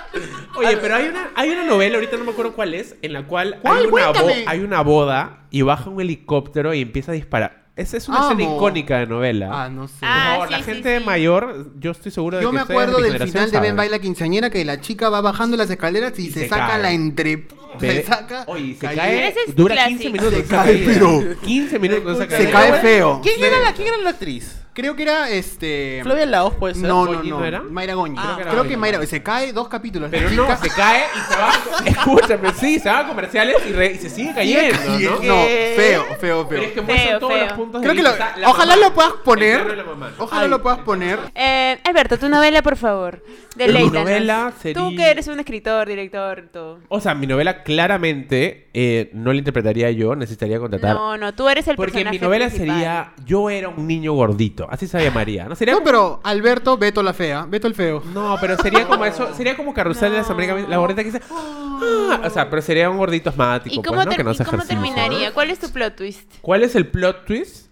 Speaker 3: Oye, pero hay una, hay una novela, ahorita no me acuerdo cuál es, en la cual
Speaker 1: ¿Cuál?
Speaker 3: Hay, una bo-
Speaker 1: Cuéntame.
Speaker 3: hay una boda y baja un helicóptero y empieza a disparar. Esa es una escena
Speaker 1: Amo.
Speaker 3: icónica de novela.
Speaker 1: Ah, no sé.
Speaker 3: Por
Speaker 4: Ah,
Speaker 3: favor,
Speaker 4: sí,
Speaker 3: la
Speaker 4: sí,
Speaker 3: gente
Speaker 4: sí.
Speaker 3: mayor, yo estoy seguro de
Speaker 1: Yo
Speaker 3: que
Speaker 1: me
Speaker 3: ustedes
Speaker 1: acuerdo
Speaker 3: mi
Speaker 1: del
Speaker 3: generación
Speaker 1: final de Ben
Speaker 3: saben.
Speaker 1: Baila Quinceañera que la chica va bajando las escaleras y, se,
Speaker 3: se
Speaker 1: saca
Speaker 3: cae.
Speaker 1: la entre...
Speaker 3: Te-
Speaker 1: Se saca...
Speaker 3: Oye, y se
Speaker 1: Caí-
Speaker 3: cae.
Speaker 4: Ese es
Speaker 3: dura
Speaker 4: clásico.
Speaker 3: 15 minutos.
Speaker 1: Se
Speaker 3: esa
Speaker 1: cae,
Speaker 3: caída.
Speaker 1: pero-
Speaker 3: 15 minutos. esa
Speaker 1: Se
Speaker 3: caída.
Speaker 1: cae feo.
Speaker 2: ¿Quién,
Speaker 1: Se-
Speaker 2: era la, ¿Quién era la actriz?
Speaker 1: Creo que era este...
Speaker 2: Flavia Laos puede ser.
Speaker 1: No, no,
Speaker 3: Goñi,
Speaker 1: no.
Speaker 3: ¿no era?
Speaker 1: Mayra Goñi.
Speaker 2: Ah,
Speaker 1: creo que,
Speaker 3: era
Speaker 1: creo
Speaker 3: Goñi.
Speaker 1: que Mayra... Se cae dos capítulos. La
Speaker 3: Pero
Speaker 1: chica-
Speaker 3: no, se cae y se va. Escúchame, sí, se va a comerciales y, re- y se sigue cayendo.
Speaker 1: Y es-
Speaker 3: ¿no?
Speaker 1: No, feo, feo,
Speaker 3: Pero es que
Speaker 1: feo.
Speaker 3: muestran
Speaker 4: Feo,
Speaker 3: todos
Speaker 4: feo.
Speaker 3: los puntos de
Speaker 1: Creo que lo...
Speaker 3: vista. Está la
Speaker 1: Ojalá
Speaker 3: mamá,
Speaker 1: lo puedas
Speaker 3: el perro y la
Speaker 1: poner...
Speaker 3: mamá.
Speaker 1: Ojalá lo puedas poner...
Speaker 4: Eh, Alberto, tu novela, por favor. Deleítanos.
Speaker 3: novela
Speaker 4: Tú
Speaker 3: sería-
Speaker 4: que eres un escritor, director, todo.
Speaker 3: O sea, mi novela claramente eh, no la interpretaría yo, necesitaría contratar.
Speaker 4: No, no, tú eres el
Speaker 3: porque mi
Speaker 4: personaje
Speaker 3: novela
Speaker 4: principal.
Speaker 3: sería Yo era un niño gordito, así se llamaría. No sería
Speaker 1: Ah. No,
Speaker 3: como-
Speaker 1: pero Alberto, Beto la fea, Beto el feo.
Speaker 3: No, pero sería como eso, sería como Carrusel de las Américas, la gordita que dice "Ah", o sea, pero sería un gordito asmático,
Speaker 4: ¿Y
Speaker 3: pues,
Speaker 4: cómo,
Speaker 3: ¿no?
Speaker 4: ter-
Speaker 3: que no
Speaker 4: y
Speaker 3: hace
Speaker 4: cómo
Speaker 3: ejercicio.
Speaker 4: terminaría? ¿Cuál es tu plot twist?
Speaker 3: ¿Cuál es el plot twist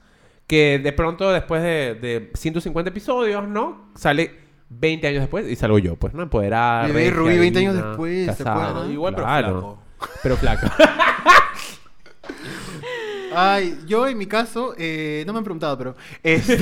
Speaker 3: que de pronto después de, de 150 episodios, ¿no? Sale 20 años después y salgo yo, pues, ¿no? Empoderada.
Speaker 1: Me ve
Speaker 3: regia,
Speaker 1: Rubí 20 años
Speaker 3: divina,
Speaker 1: después, ¿se
Speaker 3: casada.
Speaker 1: acuerdan?
Speaker 2: Igual, pero
Speaker 3: Claro,
Speaker 2: flaco.
Speaker 3: Pero flaco.
Speaker 1: Ay, yo en mi caso, eh, no me han preguntado, pero. este,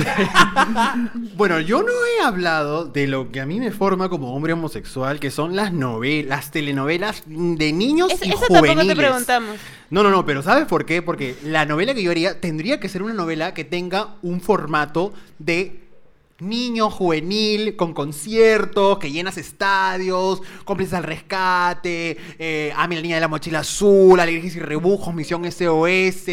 Speaker 1: bueno, yo no he hablado de lo que a mí me forma como hombre homosexual, que son las novelas, las telenovelas de niños
Speaker 4: Es-
Speaker 1: y
Speaker 4: eso
Speaker 1: juveniles.
Speaker 4: tampoco te preguntamos.
Speaker 1: No, no, no, pero ¿sabes por qué? Porque la novela que yo haría tendría que ser una novela que tenga un formato de niño juvenil, con conciertos, que llenas estadios, cómplices al rescate, eh, Ami la niña de la mochila azul, Alegrías y Rebujos, Misión SOS,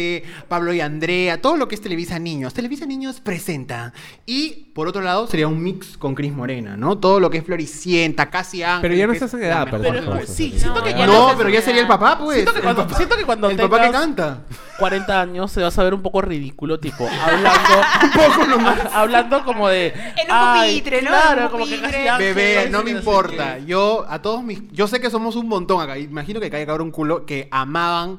Speaker 1: Pablo y Andrea, todo lo que es Televisa Niños. Televisa Niños presenta. Y, por otro lado, sería un mix con Cris Morena, ¿no? Todo lo que es Floricienta, Casi Ángel.
Speaker 3: Pero ya no
Speaker 1: que
Speaker 3: estás en
Speaker 1: es la
Speaker 3: edad
Speaker 1: mejor
Speaker 3: para esas
Speaker 1: novela.
Speaker 3: cosas.
Speaker 2: sí,
Speaker 3: así.
Speaker 2: siento que
Speaker 4: No,
Speaker 2: ya
Speaker 4: no
Speaker 1: No,
Speaker 4: estás
Speaker 1: pero
Speaker 4: en
Speaker 1: ya
Speaker 4: edad.
Speaker 1: sería el papá, pues.
Speaker 2: Siento que
Speaker 1: El
Speaker 2: cuando-
Speaker 1: papá-
Speaker 2: siento que cuando
Speaker 1: El papá que
Speaker 2: tengas-
Speaker 1: canta.
Speaker 2: 40 años se vas a ver un poco ridículo, tipo, hablando. Hablando como de.
Speaker 4: un
Speaker 2: ay,
Speaker 4: pupitre, ¿no? En
Speaker 2: Claro,
Speaker 4: un
Speaker 2: como que
Speaker 4: pupitre.
Speaker 2: casi ángel,
Speaker 1: Bebé,
Speaker 2: ay,
Speaker 1: no
Speaker 2: sí,
Speaker 1: me
Speaker 2: sé
Speaker 1: importa.
Speaker 2: qué.
Speaker 1: Yo, a todos mis. Yo sé que somos un montón acá. Imagino que cae cabrón culo que amaban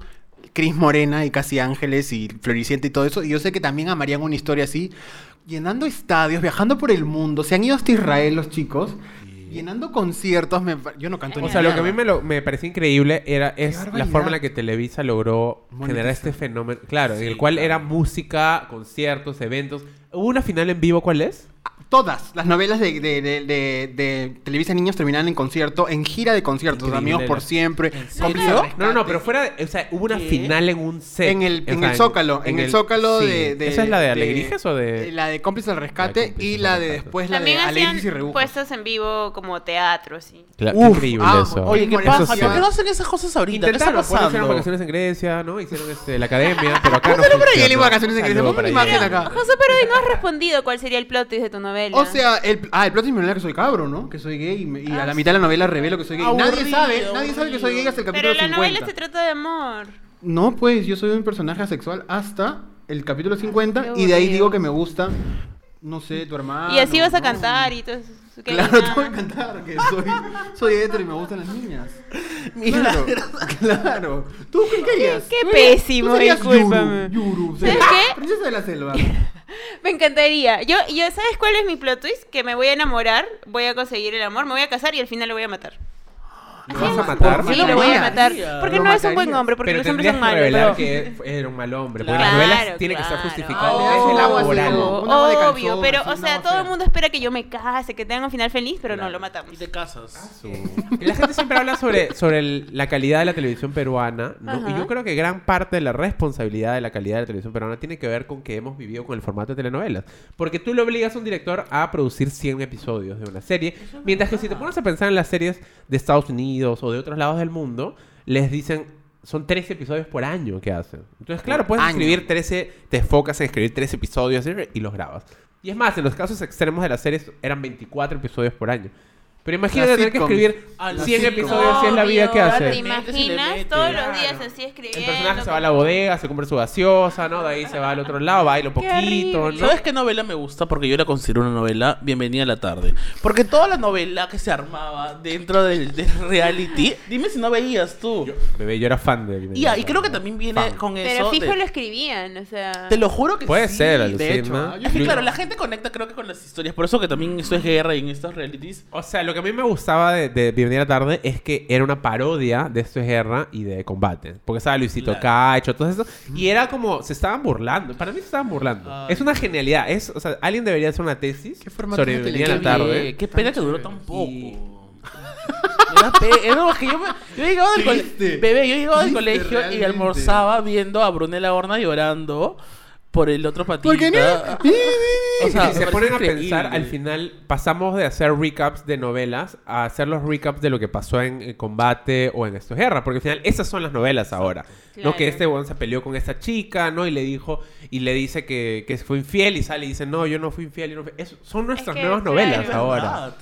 Speaker 1: Cris Morena y Casi Ángeles y Floricienta y todo eso. Y yo sé que también amarían una historia así. Llenando estadios, viajando por el mundo. Se han ido hasta Israel los chicos. Llenando conciertos. me pa- yo no canto ni
Speaker 3: O sea, lo que a
Speaker 1: mierda.
Speaker 3: mí me, lo- me parecía increíble era es la
Speaker 1: barbaridad.
Speaker 3: forma en la que Televisa logró
Speaker 1: Monetizar.
Speaker 3: generar este fenómeno. Claro, en el cual era música, conciertos, eventos. ¿Hubo una final en vivo cuál es?
Speaker 1: Todas las novelas de, de- de- de- de Televisa Niños terminaban en concierto, en gira de conciertos,
Speaker 3: Increíble.
Speaker 1: Amigos por Siempre. Cómplices al
Speaker 3: No, no, no,
Speaker 1: Rescate.
Speaker 3: pero fuera de, O sea, hubo una
Speaker 2: ¿Qué?
Speaker 3: final en un set.
Speaker 1: En el,
Speaker 3: O
Speaker 1: en
Speaker 3: sea,
Speaker 1: el Zócalo, en, el, Zócalo
Speaker 3: sí.
Speaker 1: de, de-
Speaker 3: ¿Esa es la de Alegrijes o de...?
Speaker 1: La de Cómplices al
Speaker 3: La de
Speaker 1: Rescate
Speaker 3: Cómplices
Speaker 1: y
Speaker 3: al
Speaker 1: la de
Speaker 3: Rescate.
Speaker 1: después la
Speaker 4: También
Speaker 1: de Alegrisis y
Speaker 4: hacían pues,
Speaker 1: Rebujos.
Speaker 4: puestos en vivo como teatro, así.
Speaker 3: Claro,
Speaker 1: Uf,
Speaker 3: increíble
Speaker 1: amo.
Speaker 3: eso.
Speaker 2: Oye, ¿qué
Speaker 1: Eso
Speaker 2: pasa?
Speaker 1: sí.
Speaker 2: ¿Por qué no hacen esas cosas ahorita? ¿Qué está
Speaker 3: Intentaron, pues, hicieron
Speaker 2: pasando?
Speaker 3: vacaciones en Grecia, ¿no? Hicieron este, la academia, pero acá no
Speaker 1: Pásalo por allá,
Speaker 3: funcionó.
Speaker 1: le vacaciones en Grecia.
Speaker 3: Saludo
Speaker 1: Pon
Speaker 3: para
Speaker 1: una
Speaker 3: allá.
Speaker 1: imagen acá.
Speaker 4: José, pero hoy no has respondido cuál sería el plot twist de tu novela.
Speaker 1: O sea, el, ah, el plot twist era que soy cabro, ¿no? Que soy gay y, me- y a
Speaker 4: Ah,
Speaker 1: la mitad de la novela revelo que soy gay. nadie
Speaker 2: Aburrido,
Speaker 1: sabe, nadie sabe que soy gay hasta el
Speaker 4: pero
Speaker 1: capítulo
Speaker 4: la
Speaker 1: 50.
Speaker 4: novela se trata de amor.
Speaker 1: No, pues yo soy un personaje asexual hasta el capítulo 50
Speaker 4: Ah, Qué
Speaker 1: y de ahí
Speaker 4: aburrido.
Speaker 1: digo que me gusta, no sé, tu hermano.
Speaker 4: y así vas a
Speaker 1: Ah, ¿no?
Speaker 4: cantar y todo eso. que
Speaker 1: Claro,
Speaker 4: nada.
Speaker 1: tengo que cantar, que soy, soy hetero y me gustan las niñas. Claro, claro. ¿Tú qué querías?
Speaker 4: Qué
Speaker 1: Tú eras-
Speaker 4: pésimo,
Speaker 1: tú serías
Speaker 4: discúlpame.
Speaker 1: Yuru, Yuru,
Speaker 4: ¿Sabes
Speaker 1: sí.
Speaker 4: qué?
Speaker 1: Princesa de la selva.
Speaker 4: Me encantaría. Yo, yo, ¿sabes cuál es mi plot twist? Que me voy a enamorar, voy a conseguir el amor, me voy a casar y al final lo voy a matar.
Speaker 3: ¿Lo vas a
Speaker 1: ¿Por
Speaker 3: matar?
Speaker 1: qué
Speaker 4: Sí, lo voy a matar.
Speaker 2: matarías?
Speaker 4: Porque
Speaker 1: Lo
Speaker 4: no es un buen
Speaker 1: matarías.
Speaker 4: hombre, porque
Speaker 3: pero
Speaker 4: los hombres son
Speaker 3: tendrías que
Speaker 4: malos.
Speaker 3: revelar
Speaker 4: pero-
Speaker 3: que era un mal hombre. Porque
Speaker 4: Claro,
Speaker 3: las novelas tienen que
Speaker 4: claro.
Speaker 3: estar justificadas.
Speaker 1: Oh,
Speaker 3: es elaborado.
Speaker 1: sí.
Speaker 4: Obvio,
Speaker 1: Una boda de calzón,
Speaker 4: obvio, pero
Speaker 1: así,
Speaker 4: o
Speaker 1: una
Speaker 4: sea,
Speaker 1: boda
Speaker 4: todo el
Speaker 1: fea.
Speaker 4: mundo espera que yo me case, que tenga un final feliz, pero no lo matamos.
Speaker 2: Y te casas.
Speaker 4: Ah,
Speaker 3: Eh, La gente siempre habla sobre, sobre el- la calidad de la televisión peruana, ¿no?
Speaker 4: Ajá.
Speaker 3: Y yo creo que gran parte de la responsabilidad de la calidad de la televisión peruana tiene que ver con que hemos vivido con el formato de telenovelas. Porque tú le obligas a un director a producir 100 episodios de una serie, mientras que si te pones a pensar en las series de Estados Unidos o de otros lados del mundo, les dicen... Son 13 episodios por año que hacen. Entonces, claro, puedes
Speaker 1: año.
Speaker 3: escribir 13, te enfocas en escribir 13 episodios y los grabas. Y es más, en los casos extremos de las series eran 24 episodios por año. Pero imagínate tener que
Speaker 1: sitcom.
Speaker 3: escribir
Speaker 2: Ah, la
Speaker 3: 100
Speaker 2: sitcom.
Speaker 3: episodios si es la vida que
Speaker 2: Obvio,
Speaker 3: hace.
Speaker 4: ¿Te
Speaker 2: Le mete, se le mete.
Speaker 4: imaginas todos
Speaker 2: Claro.
Speaker 4: los días así escribiendo?
Speaker 3: El personaje se va a la bodega, se compra su gaseosa, ¿no? De ahí se va al otro lado, baila un poquito,
Speaker 4: horrible.
Speaker 3: ¿no?
Speaker 2: ¿Sabes qué novela me gusta? Porque yo la considero una novela Bienvenida a la tarde. Porque toda la novela que se armaba dentro del, del reality, dime si no veías tú.
Speaker 3: Bebé, yo era fan de...
Speaker 2: y, ah, y creo que también viene
Speaker 3: Fan.
Speaker 2: con
Speaker 4: Pero
Speaker 2: eso.
Speaker 4: fijo
Speaker 2: de-
Speaker 4: lo escribían, o sea.
Speaker 2: Te lo juro que
Speaker 3: Puede
Speaker 2: sí.
Speaker 3: ser,
Speaker 1: de hecho,
Speaker 3: alucina.
Speaker 1: ah, yo-
Speaker 2: Es que claro, la gente conecta creo que con las historias. Por eso que también esto es guerra y en estos realities.
Speaker 3: O sea, lo que a mí me gustaba de, de Bienvenida a la Tarde es que era una parodia de esto es guerra y de combate. Porque estaba Luisito Cacho, todo eso. Y era como, se estaban burlando. Para mí se estaban burlando.
Speaker 2: Ay.
Speaker 3: Es una genialidad. Es, o sea, alguien debería hacer una tesis
Speaker 1: ¿Qué formato
Speaker 3: sobre
Speaker 1: de
Speaker 3: Bienvenida a la
Speaker 1: televisión?
Speaker 3: Tarde.
Speaker 2: Eh, qué pena que duró tan
Speaker 3: Y-
Speaker 2: poco. Era pe- era como que yo, me, yo llegaba del
Speaker 1: Triste.
Speaker 2: colegio, bebé, yo llegaba del
Speaker 1: Triste,
Speaker 2: colegio y
Speaker 1: realmente.
Speaker 2: almorzaba viendo a Brunella Horna llorando por el otro patito.
Speaker 1: Porque no. eh,
Speaker 2: O sea,
Speaker 3: Y se
Speaker 2: me
Speaker 3: ponen a
Speaker 2: parece
Speaker 3: pensar,
Speaker 2: increíble.
Speaker 3: al final pasamos de hacer recaps de novelas a hacer los recaps de lo que pasó en eh, combate o en estos guerras, porque al final esas son las novelas ahora. No
Speaker 4: Claro.
Speaker 3: que este weón se peleó con esta chica, ¿no? Y le dijo, y le dice que, que fue infiel y sale y dice, no, yo no fui infiel. yo no fui-". Eso- son nuestras
Speaker 4: que,
Speaker 3: nuevas
Speaker 4: claro.
Speaker 3: novelas
Speaker 4: Es
Speaker 3: ahora.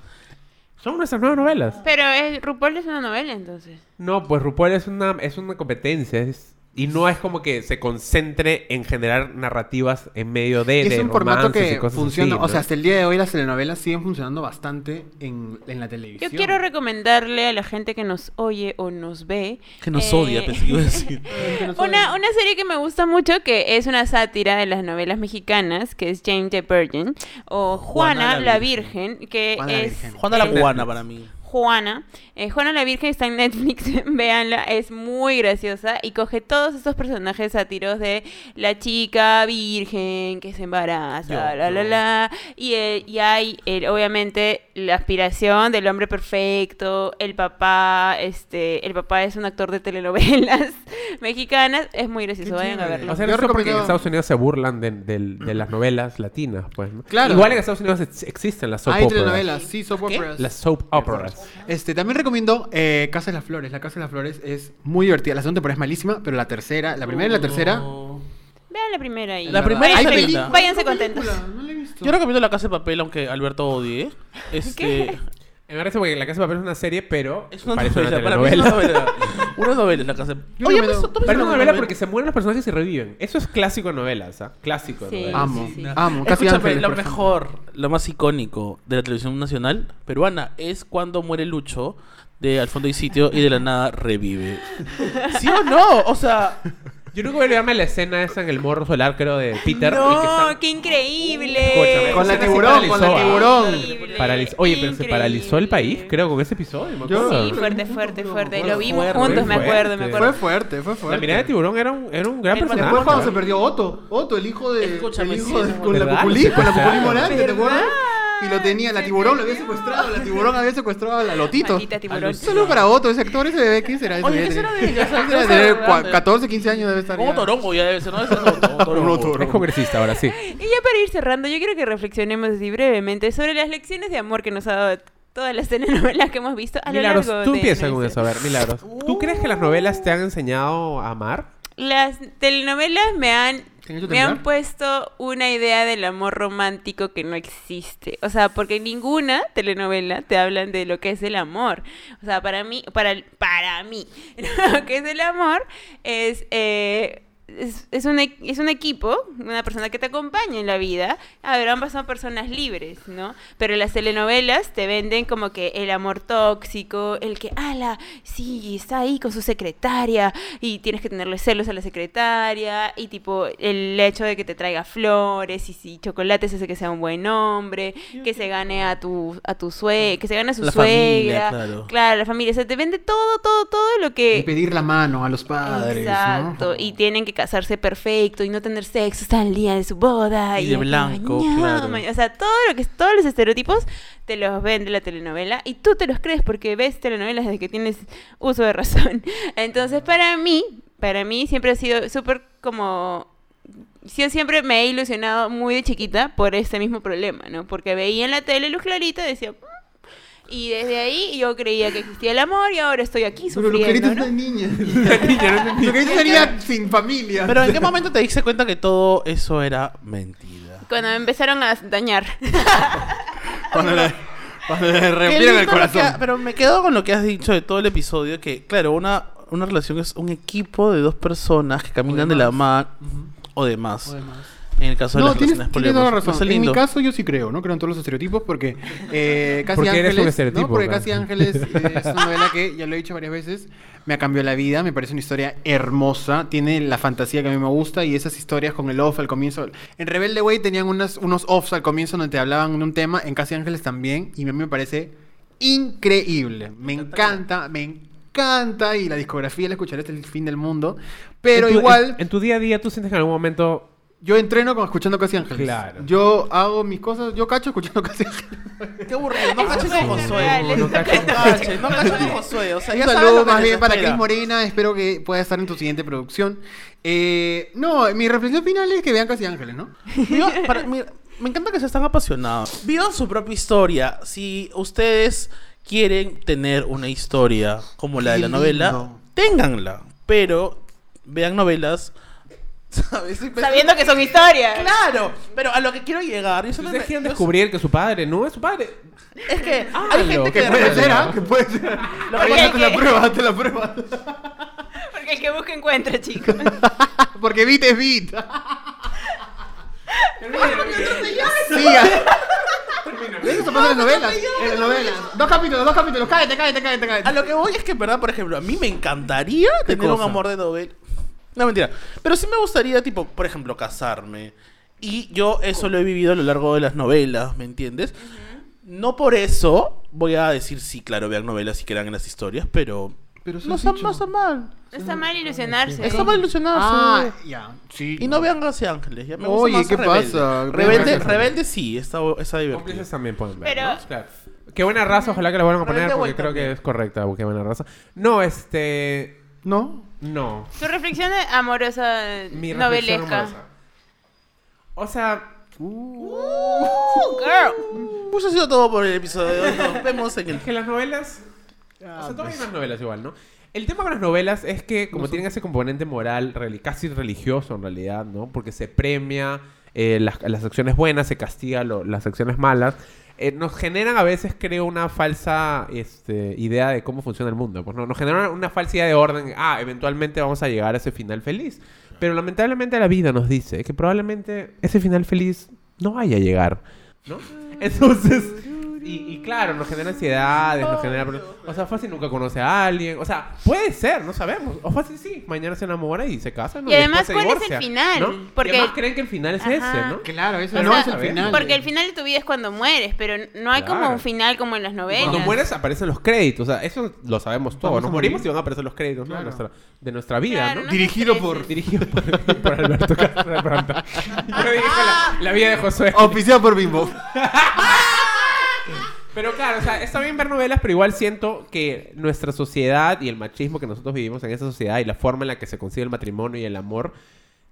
Speaker 3: Son nuestras nuevas novelas.
Speaker 4: Pero es, RuPaul es una novela, entonces.
Speaker 3: No, pues RuPaul es una, es una competencia. es- y no es como que se concentre en generar narrativas en medio de...
Speaker 1: Y es
Speaker 3: de
Speaker 1: un formato
Speaker 3: romances y
Speaker 1: que
Speaker 3: cosas
Speaker 1: funciona.
Speaker 3: así,
Speaker 1: O sea,
Speaker 3: ¿no?
Speaker 1: hasta el día de hoy las telenovelas siguen funcionando bastante en, en la
Speaker 4: Yo
Speaker 1: televisión.
Speaker 4: quiero recomendarle a la gente que nos oye o nos ve.
Speaker 2: Que nos
Speaker 4: eh,
Speaker 2: odia, pensé que iba a decir.
Speaker 1: Ah,
Speaker 4: Una, una serie que me gusta mucho, que es una sátira de las novelas mexicanas, que es Jane the Virgin, o Juana, la, Virgen, que
Speaker 1: Juana la
Speaker 4: es...
Speaker 1: Virgen.
Speaker 2: Juana la
Speaker 3: Este,
Speaker 2: cubana para mí.
Speaker 4: Juana. Eh, Juana la Virgen está en Netflix, véanla, es muy graciosa y coge todos esos personajes sátiros de la chica virgen que se embaraza,
Speaker 2: Yo,
Speaker 4: la, la,
Speaker 2: yo.
Speaker 4: la. Y, eh, y hay, eh, obviamente, la aspiración del hombre perfecto, el papá, este, el papá es un actor de telenovelas mexicanas, es muy gracioso,
Speaker 1: Qué
Speaker 4: vayan a
Speaker 1: chévere.
Speaker 4: verlo.
Speaker 3: O sea,
Speaker 1: Yo
Speaker 3: no solo porque
Speaker 1: recomiendo-
Speaker 3: en Estados Unidos se burlan de, del- de las novelas latinas, pues. ¿no?
Speaker 1: Claro.
Speaker 3: Igual en Estados Unidos ex- existen las soap
Speaker 1: Hay
Speaker 3: operas.
Speaker 1: telenovelas, sí, soap operas.
Speaker 3: Las soap operas.
Speaker 1: Este, también recomiendo eh, Casa de las Flores. La Casa de las Flores es muy divertida. La segunda temporada es malísima, pero la tercera, la primera y la tercera.
Speaker 4: Vean la primera ahí.
Speaker 2: La primera
Speaker 4: váyanse,
Speaker 2: y la
Speaker 4: feliz-
Speaker 2: segunda.
Speaker 4: váyanse contentos.
Speaker 1: No la he visto.
Speaker 2: Yo recomiendo La Casa de Papel, aunque Alberto odie. Este,
Speaker 3: Me parece porque La Casa de Papel es una serie, pero
Speaker 2: es una
Speaker 3: parece
Speaker 2: novela,
Speaker 3: una
Speaker 2: para mí es
Speaker 3: telenovela.
Speaker 2: una novela. Una novela es La Casa de
Speaker 1: Yo
Speaker 2: Oye, pues,
Speaker 1: no me
Speaker 2: pero
Speaker 1: doy-
Speaker 2: tú ves
Speaker 3: Parece una novela
Speaker 2: novela-
Speaker 3: porque se mueren los personajes y reviven. Eso es clásico de novelas, ¿ah? Clásico de
Speaker 4: Sí.
Speaker 3: novelas.
Speaker 1: Amo,
Speaker 4: Sí, sí, sí.
Speaker 1: amo. Casi
Speaker 2: Escúchame,
Speaker 1: Ángeles,
Speaker 2: lo
Speaker 1: por ejemplo.
Speaker 2: mejor, lo más icónico de la televisión nacional peruana es cuando muere Lucho de Al fondo y sitio y de la nada revive. ¿Sí o no? O sea,
Speaker 3: Yo nunca voy a olvidarme la escena esa en el morro solar, creo, de Peter. y que
Speaker 4: No,
Speaker 3: están-
Speaker 4: qué
Speaker 3: Escúchame,
Speaker 4: increíble.
Speaker 1: Con la
Speaker 3: esa escena se
Speaker 1: tiburón, con la
Speaker 3: paralizó, ¿ah?
Speaker 1: tiburón.
Speaker 4: Increíble,
Speaker 3: Paraliz- Oye, pero se paralizó el país,
Speaker 4: increíble.
Speaker 3: creo, con ese episodio. me
Speaker 1: Yo-
Speaker 3: acuerdo.
Speaker 4: Sí, fuerte, fuerte, fuerte.
Speaker 2: Fue
Speaker 4: Lo vimos
Speaker 2: fuerte,
Speaker 4: juntos,
Speaker 3: fue
Speaker 4: me acuerdo, me
Speaker 3: fuerte.
Speaker 1: Fue
Speaker 4: acuerdo.
Speaker 1: fuerte, fue fuerte.
Speaker 3: La mirada de tiburón era un, era un gran
Speaker 2: El
Speaker 3: personaje.
Speaker 1: Después cuando se perdió Otto, Otto, el hijo de.
Speaker 2: Escúchame,
Speaker 1: el hijo
Speaker 2: sí,
Speaker 1: de-
Speaker 2: es
Speaker 1: con la
Speaker 3: verdad,
Speaker 1: cuculí,
Speaker 3: sí,
Speaker 1: con la
Speaker 3: claro.
Speaker 1: cuculí morante, ¿te acuerdas?
Speaker 4: ¿Verdad?
Speaker 1: Y lo tenía, la
Speaker 4: Se
Speaker 1: tiburón lo había
Speaker 4: perdió.
Speaker 1: secuestrado, la tiburón había secuestrado a la Lotito.
Speaker 4: Maldita tiburón.
Speaker 1: Solo para Otto, ese actor, ese bebé, ¿qué será? Ese
Speaker 2: Oye,
Speaker 1: bebé
Speaker 2: ¿qué será
Speaker 1: tenía-
Speaker 2: de ella? O sea,
Speaker 1: Debe
Speaker 2: no
Speaker 1: tener
Speaker 2: sé,
Speaker 1: cua-
Speaker 2: grande.
Speaker 1: 14, 15 años debe estar.
Speaker 2: como
Speaker 1: ya.
Speaker 2: torongo ya debe ser, ¿no? Debe ser como
Speaker 1: Un
Speaker 2: torongo.
Speaker 1: otorrongo.
Speaker 3: Es congresista ahora, sí.
Speaker 4: Y ya para ir cerrando, yo quiero que reflexionemos así brevemente sobre las lecciones de amor que nos ha dado todas las telenovelas que hemos visto a lo
Speaker 3: Milagros,
Speaker 4: largo
Speaker 3: tú
Speaker 4: de
Speaker 3: empiezas con eso,
Speaker 4: nuestra-
Speaker 3: a ver, Milagros.
Speaker 2: Uh.
Speaker 3: ¿Tú crees que las novelas te han enseñado a amar?
Speaker 4: Las telenovelas me han,
Speaker 1: ¿Te han hecho
Speaker 4: me han
Speaker 1: temblar?
Speaker 4: puesto una idea del amor romántico que no existe. O sea, porque en ninguna telenovela te hablan de lo que es el amor. O sea, para mí, para, el- para mí, lo que es el amor es... eh, es, es un, e- es un equipo, una persona que te acompaña en la vida. A ver, ambas son personas libres, ¿no? Pero las telenovelas te venden como que el amor tóxico, el que, ala, sí, está ahí con su secretaria y tienes que tenerle celos a la secretaria y tipo el hecho de que te traiga flores y, si chocolates hace que sea un buen hombre, que se gane a tu, a tu sue que se gane a su
Speaker 2: La
Speaker 4: suegra.
Speaker 2: familia, claro.
Speaker 4: la familia. O sea, te vende todo, todo, todo lo que...
Speaker 1: Y pedir la mano a los padres.
Speaker 4: Exacto,
Speaker 1: ¿no?
Speaker 4: y tienen que casarse perfecto y no tener sexo hasta el día de su boda.
Speaker 2: Y de
Speaker 4: aquí,
Speaker 2: blanco, claro.
Speaker 4: O sea, todo lo que, todos los estereotipos te los ven de la telenovela y tú te los crees porque ves telenovelas desde que tienes uso de razón. Entonces, para mí, para mí siempre ha sido súper como yo siempre me he ilusionado muy de chiquita por este mismo problema, ¿no? Porque veía en la tele luz clarita y decía... "Mm". Y desde ahí yo creía que existía el amor y ahora estoy aquí
Speaker 1: Pero
Speaker 4: sufriendo,
Speaker 1: lo querido es
Speaker 4: ¿no?
Speaker 1: una niña. Lo querido sería sin familia.
Speaker 2: Pero ¿en qué momento te diste cuenta que todo eso era mentira?
Speaker 4: Pues Cuando me empezaron a dañar.
Speaker 1: Cuando la,
Speaker 2: Qué
Speaker 1: Respiran el
Speaker 2: lindo lo que
Speaker 1: corazón.
Speaker 2: ha- pero me quedo con lo que has dicho de todo el episodio, que claro, una, una relación es un equipo de dos personas que caminan de, la mano o de más. En el caso de
Speaker 1: No,
Speaker 2: las
Speaker 1: tienes,
Speaker 2: relaciones
Speaker 1: tienes toda la
Speaker 2: poliamorosas.
Speaker 1: razón.
Speaker 2: Parece
Speaker 1: En mi
Speaker 2: lindo.
Speaker 1: caso yo sí creo, no creo en todos los estereotipos porque eh, Casi
Speaker 3: Porque eres
Speaker 1: Ángeles,
Speaker 3: un estereotipo,
Speaker 1: ¿no? Porque
Speaker 3: claro.
Speaker 1: Casi Ángeles eh, es una novela que ya lo he dicho varias veces, me ha cambiado la vida, me parece una historia hermosa, tiene la fantasía que a mí me gusta y esas historias con el off al comienzo. En Rebelde Way tenían unas, unos offs al comienzo donde te hablaban de un tema, en Casi Ángeles también y a mí me parece increíble. Me encanta, me encanta y la discografía la escucharé hasta el fin del mundo, pero
Speaker 3: En tu-
Speaker 1: igual
Speaker 3: En, en tu día a día, ¿tú sientes que en algún momento
Speaker 1: yo entreno con escuchando Casi Ángeles.
Speaker 3: Claro.
Speaker 1: Yo hago mis cosas, yo cacho escuchando Casi Ángeles.
Speaker 2: Qué aburrido, no caches
Speaker 4: fue
Speaker 2: con Josué.
Speaker 4: real,
Speaker 2: No,
Speaker 4: eso
Speaker 2: no caches, no caches, no caches con Josué. O sea,
Speaker 1: Un
Speaker 2: ya sabes
Speaker 1: saludo
Speaker 2: lo que
Speaker 1: más
Speaker 2: les
Speaker 1: bien para
Speaker 2: espera.
Speaker 1: Cris Morena, espero que pueda estar en tu siguiente producción. Eh, no, mi reflexión final es que vean Casi Ángeles, ¿no?
Speaker 2: Viva- para- mi- me encanta que seas tan apasionados. Vivan su propia historia. Si ustedes quieren tener una historia como la de
Speaker 1: Qué
Speaker 2: la novela,
Speaker 1: lindo.
Speaker 2: ténganla. Pero vean novelas. ¿sabes?
Speaker 4: Sabiendo que son historias.
Speaker 2: Claro, pero a lo que quiero llegar. Yo solo
Speaker 3: ustedes quieren
Speaker 2: yo-
Speaker 3: descubrir que su padre no es su padre?
Speaker 2: Es que hay
Speaker 3: Háganlo,
Speaker 2: gente que.
Speaker 1: Ah, Que
Speaker 2: de
Speaker 1: puede
Speaker 2: repente-
Speaker 1: ser, ¿ah? Que puede ser.
Speaker 4: que-
Speaker 1: Ahí hazte la prueba, hazte la prueba.
Speaker 4: Porque el que busca encuentra, chicos.
Speaker 1: Porque Vita es Vit.
Speaker 2: Ah,
Speaker 1: Siga. Eso pasa en las novelas. En las novelas. Dos capítulos, dos capítulos. Cállate, cállate, cállate,
Speaker 2: A
Speaker 1: cállate.
Speaker 2: lo que voy es que, en verdad, por ejemplo, a mí me encantaría tener un
Speaker 3: cosa?
Speaker 2: amor de novela. No, mentira. Pero sí me gustaría, tipo, por ejemplo, casarme. Y yo eso lo he vivido a lo largo de las novelas, ¿me entiendes? No por eso voy a decir, sí, claro, vean novelas y crean en las historias, pero...
Speaker 1: Pero sí
Speaker 2: no
Speaker 1: has
Speaker 2: está,
Speaker 1: dicho.
Speaker 2: no está mal.
Speaker 4: No está mal ilusionarse.
Speaker 2: Está mal ilusionarse.
Speaker 1: Ah, ya. Sí.
Speaker 2: y no vean Gracia Ángeles. Ya me gusta
Speaker 1: Oye,
Speaker 2: más
Speaker 1: ¿qué
Speaker 2: Rebelde.
Speaker 1: pasa?
Speaker 2: Rebelde,
Speaker 1: Vean Gracia
Speaker 2: Rebelde sí, está, está divertido.
Speaker 3: Cómplices también pueden ver.
Speaker 4: Pero-
Speaker 3: ¿no? Claro. Qué buena raza, ojalá que la vuelvan a poner
Speaker 2: Rebelde
Speaker 3: porque
Speaker 2: Way
Speaker 3: creo que
Speaker 2: también.
Speaker 3: es correcta. Qué buena raza. No, este.
Speaker 1: No.
Speaker 3: No.
Speaker 4: Tu reflexión amorosa
Speaker 3: Mi reflexión
Speaker 4: novelesca.
Speaker 3: amorosa. O sea,
Speaker 4: Uh, girl.
Speaker 2: Pues ha sido todo por el episodio. de hoy. Nos vemos en el
Speaker 3: es que las novelas. o sea, todavía hay más novelas igual, ¿no? El tema con las novelas es que, como tienen ese componente moral, reli- casi religioso en realidad, ¿no? Porque se premia eh, las, las acciones buenas, se castiga lo- las acciones malas. Eh, nos generan a veces, creo, una falsa este, idea de cómo funciona el mundo. Pues, ¿no? Nos generan una, falsa idea de orden. Ah, eventualmente vamos a llegar a ese final feliz. Pero lamentablemente la vida nos dice que probablemente ese final feliz no vaya a llegar. ¿no?
Speaker 1: Mm.
Speaker 3: Entonces, y, y claro, nos genera ansiedades, nos genera... O sea, fácil nunca conoce a alguien. O sea, puede ser, no sabemos. O fácil sí, mañana se enamora y se casa. ¿no?
Speaker 4: Y además,
Speaker 3: después se
Speaker 4: ¿cuál es el
Speaker 3: divorcia,
Speaker 4: final?
Speaker 3: ¿no? Y
Speaker 4: Porque-
Speaker 3: además creen que el final es
Speaker 4: Ajá.
Speaker 3: ese, ¿no?
Speaker 1: Claro, eso
Speaker 4: O
Speaker 1: no
Speaker 4: sea,
Speaker 1: es el final.
Speaker 4: Porque el final de tu vida es cuando mueres, pero no hay como
Speaker 3: Claro.
Speaker 4: un final como en las novelas.
Speaker 3: Cuando mueres aparecen los créditos, o sea, eso lo sabemos todos.
Speaker 1: Vamos
Speaker 3: Nos
Speaker 1: a morir.
Speaker 3: morimos y van a aparecer los créditos ¿no? de,
Speaker 1: Claro.
Speaker 3: nuestra, de nuestra vida,
Speaker 4: Claro,
Speaker 3: ¿no?
Speaker 4: no
Speaker 1: Dirigido
Speaker 4: te
Speaker 1: por.
Speaker 3: Dirigido por, por Alberto Castro de pronto. Yo dije la, la vida de Josué.
Speaker 1: Oficiado por Bimbo.
Speaker 3: Pero claro, o sea, está bien ver novelas, pero igual siento que nuestra sociedad y el machismo que nosotros vivimos en esa sociedad y la forma en la que se consigue el matrimonio y el amor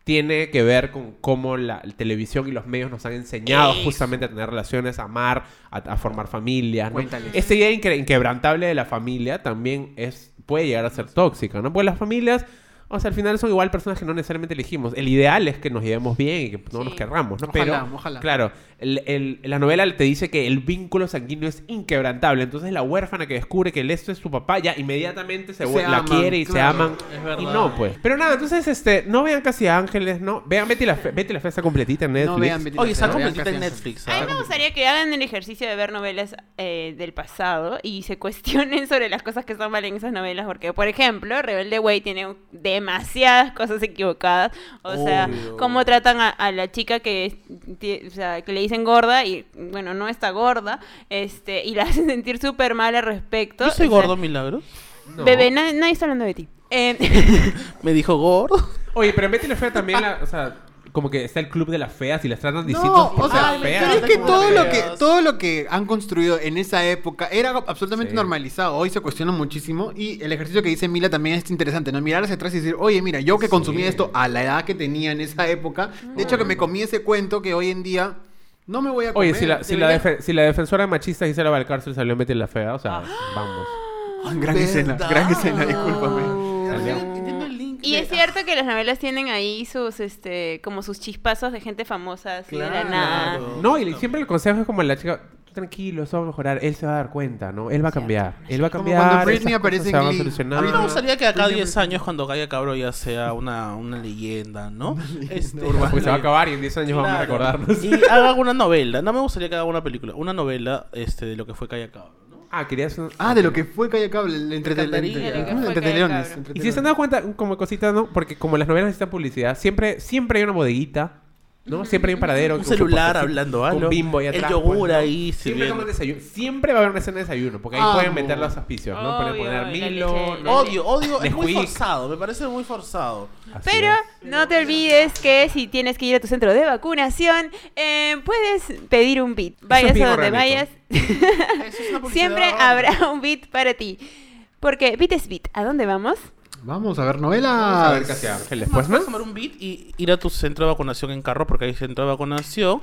Speaker 3: tiene que ver con cómo la televisión y los medios nos han enseñado justamente a tener relaciones, a amar, a, a formar familias. ¿no?
Speaker 1: Cuéntales.
Speaker 3: Esta idea inque- inquebrantable de la familia también es puede llegar a ser tóxica, ¿no? Porque las familias, o sea, al final son igual personas que no necesariamente elegimos. El ideal es que nos llevemos bien y que no
Speaker 4: Sí.
Speaker 3: nos querramos, ¿no?
Speaker 1: Ojalá,
Speaker 3: pero,
Speaker 1: ojalá.
Speaker 3: Claro, el- el- la novela te dice que el vínculo sanguíneo es inquebrantable. Entonces la huérfana que descubre que el esto es su papá, ya inmediatamente se,
Speaker 1: Se
Speaker 3: vu- la
Speaker 1: aman,
Speaker 3: quiere y
Speaker 1: claro,
Speaker 3: se
Speaker 2: es
Speaker 3: aman.
Speaker 2: verdad.
Speaker 3: Y no, pues. Pero nada, entonces este, no vean casi a Ángeles, no. Vean Betty la Fe, Betty la Fe está completita en Netflix.
Speaker 1: No vean Betty la
Speaker 2: Oye, está
Speaker 1: Fea, vean
Speaker 2: completita
Speaker 1: Casi
Speaker 2: en
Speaker 1: Ángeles.
Speaker 2: Netflix. ¿ah?
Speaker 4: A mí me gustaría que hagan el ejercicio de ver novelas eh, del pasado y se cuestionen sobre las cosas que están mal en esas novelas, porque, por ejemplo, Rebelde Way tiene un- demasiadas cosas equivocadas. O sea,
Speaker 2: Obvio.
Speaker 4: cómo tratan a, a la chica que, es- ti- o sea, que le dicen gorda y, bueno, no está gorda, este y la hacen sentir súper mal al respecto.
Speaker 2: Yo soy
Speaker 4: O sea,
Speaker 2: gordo, milagro.
Speaker 3: No.
Speaker 4: Bebé, na- nadie está hablando de ti. Eh,
Speaker 2: Me dijo gordo.
Speaker 3: Oye, pero en Betty la Fea también, la- o sea, como que está el club de las feas y las tratan distintos
Speaker 1: No,
Speaker 3: por
Speaker 1: o sea,
Speaker 3: ser
Speaker 1: pero
Speaker 3: feas.
Speaker 1: es que
Speaker 2: como
Speaker 1: todo
Speaker 2: feas.
Speaker 1: lo que, todo lo que han construido en esa época era absolutamente
Speaker 3: Sí.
Speaker 1: normalizado. Hoy se cuestiona muchísimo y el ejercicio que dice Mila también es interesante, ¿no? Mirar hacia atrás y decir, oye, mira, yo que consumía esto a la edad que tenía en esa época, de hecho que me comí ese cuento que hoy en día no me voy a comer.
Speaker 3: Oye, si la, si, la
Speaker 1: Debería-
Speaker 3: defe- si la defensora machista Gisela Valcárcel salió en Betty la Fea, o sea, vamos.
Speaker 1: Ah, gran escena, gran escena, discúlpame.
Speaker 4: y es cierto que las novelas tienen ahí sus, este, como sus chispazos de gente famosa así de la nada.
Speaker 3: No, y siempre el consejo es como la chica. Tú tranquilo, eso va a mejorar, él se va a dar cuenta, ¿no? Él va a cambiar, él va a
Speaker 1: Como
Speaker 3: cambiar.
Speaker 1: cuando Britney
Speaker 3: estas
Speaker 1: aparece
Speaker 3: cosas se
Speaker 1: en
Speaker 3: van a
Speaker 1: Glee.
Speaker 3: solucionar.
Speaker 2: A mí me
Speaker 1: Ah,
Speaker 2: gustaría que acá
Speaker 1: Britney
Speaker 2: 10
Speaker 1: Spears.
Speaker 2: años, cuando Gaia Cabro ya sea una, una leyenda, ¿no? Este,
Speaker 3: Porque Pues se va a
Speaker 2: urbana.
Speaker 3: acabar y en 10 años vamos a
Speaker 2: Claro.
Speaker 3: recordarnos.
Speaker 2: Y haga una novela. No me gustaría que haga una película. Una novela este, de lo que fue Calla Cabro, ¿no?
Speaker 3: Ah, querías un...
Speaker 1: Ah, de lo que fue Calle Cable, el
Speaker 2: encantaría.
Speaker 1: entretenimiento.
Speaker 2: De lo que
Speaker 4: fue Calle Cable.
Speaker 3: Y si se han dado cuenta, como cosita, ¿no? Porque como las novelas necesitan publicidad, siempre, siempre hay una bodeguita, ¿no? Siempre hay un paradero.
Speaker 2: Un
Speaker 3: con su
Speaker 2: celular
Speaker 3: postecito,
Speaker 2: hablando
Speaker 3: Con
Speaker 2: algo.
Speaker 3: bimbo y
Speaker 2: El
Speaker 3: atrás.
Speaker 2: yogur
Speaker 3: pues, ¿no?
Speaker 2: ahí
Speaker 3: Siempre,
Speaker 2: sirviendo.
Speaker 3: toman desayuno. siempre va a haber una escena de desayuno, porque ahí
Speaker 1: Amo.
Speaker 3: pueden meter los auspicios, ¿no? Pueden
Speaker 4: Obvio,
Speaker 3: poner
Speaker 4: y la
Speaker 3: Milo,
Speaker 4: leche.
Speaker 3: ¿no?
Speaker 2: Odio, odio. Es muy
Speaker 3: Nesquik.
Speaker 2: forzado. Me parece muy forzado.
Speaker 3: Así
Speaker 4: Pero
Speaker 3: es.
Speaker 4: no te olvides que si tienes que ir a tu centro de vacunación, eh, puedes pedir un bit. Vayas
Speaker 3: bien
Speaker 4: a donde vayas,
Speaker 3: orgánico.
Speaker 2: Eso es una publicidad
Speaker 4: siempre
Speaker 2: bárbara.
Speaker 4: habrá un bit para ti. Porque bit es bit. ¿A dónde vamos?
Speaker 1: Vamos a ver novelas.
Speaker 3: Vamos a ver qué hacía Pues, Ángel después, ¿no?
Speaker 2: Puedes tomar un beat y ir a tu centro de vacunación en carro, porque hay centro de vacunación.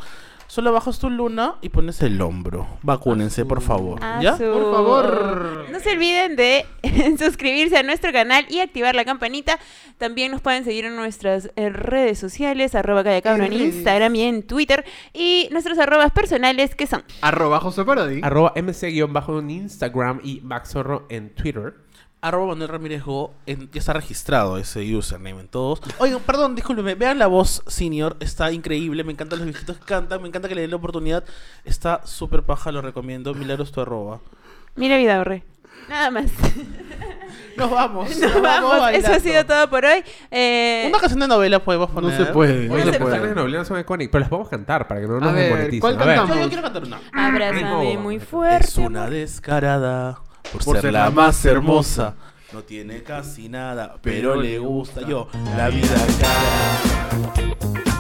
Speaker 2: Solo bajas tu luna y pones el hombro. Vacúnense, por favor.
Speaker 5: Ah,
Speaker 4: A
Speaker 2: ¿Ya?
Speaker 4: su-
Speaker 1: Por favor.
Speaker 4: No se olviden de suscribirse a nuestro canal y activar la campanita. También nos pueden seguir en nuestras eh, redes sociales, arroba Calla Cabro en
Speaker 1: En redes.
Speaker 4: Instagram y en Twitter. Y nuestros arrobas personales que son.
Speaker 1: Arroba José Parodi.
Speaker 3: Arroba mc-bajo en Instagram y maxorro en Twitter.
Speaker 2: Arroba Manuel Ramírez Go. en- ya está registrado ese username en todos. Oigan, perdón, discúlpeme. Vean la voz, senior. Está increíble. Me encantan los viejitos que cantan. Me encanta que le den la oportunidad. Está súper paja, lo recomiendo. Milagros tu arroba.
Speaker 4: Mira vida, ahorré. Nada más.
Speaker 2: Nos vamos.
Speaker 4: Nos vamos. Eso ha sido todo por hoy. Eh,
Speaker 2: Una canción de novela podemos
Speaker 1: No
Speaker 2: poner.
Speaker 1: se puede.
Speaker 3: Oye,
Speaker 1: Pues, No
Speaker 3: las
Speaker 1: se
Speaker 3: canciones de
Speaker 1: puede.
Speaker 3: novelas son icónicas, pero las podemos cantar para que no
Speaker 1: A
Speaker 3: nos
Speaker 1: ver,
Speaker 3: desmoneticen.
Speaker 1: ¿cuál
Speaker 3: A ver.
Speaker 1: cantamos?
Speaker 2: Yo, yo quiero cantar una.
Speaker 4: Abrázame
Speaker 3: Ritmo.
Speaker 4: muy fuerte.
Speaker 2: Es una descarada por, ser, la más hermosa. No tiene casi nada, pero le gusta yo la vida cara.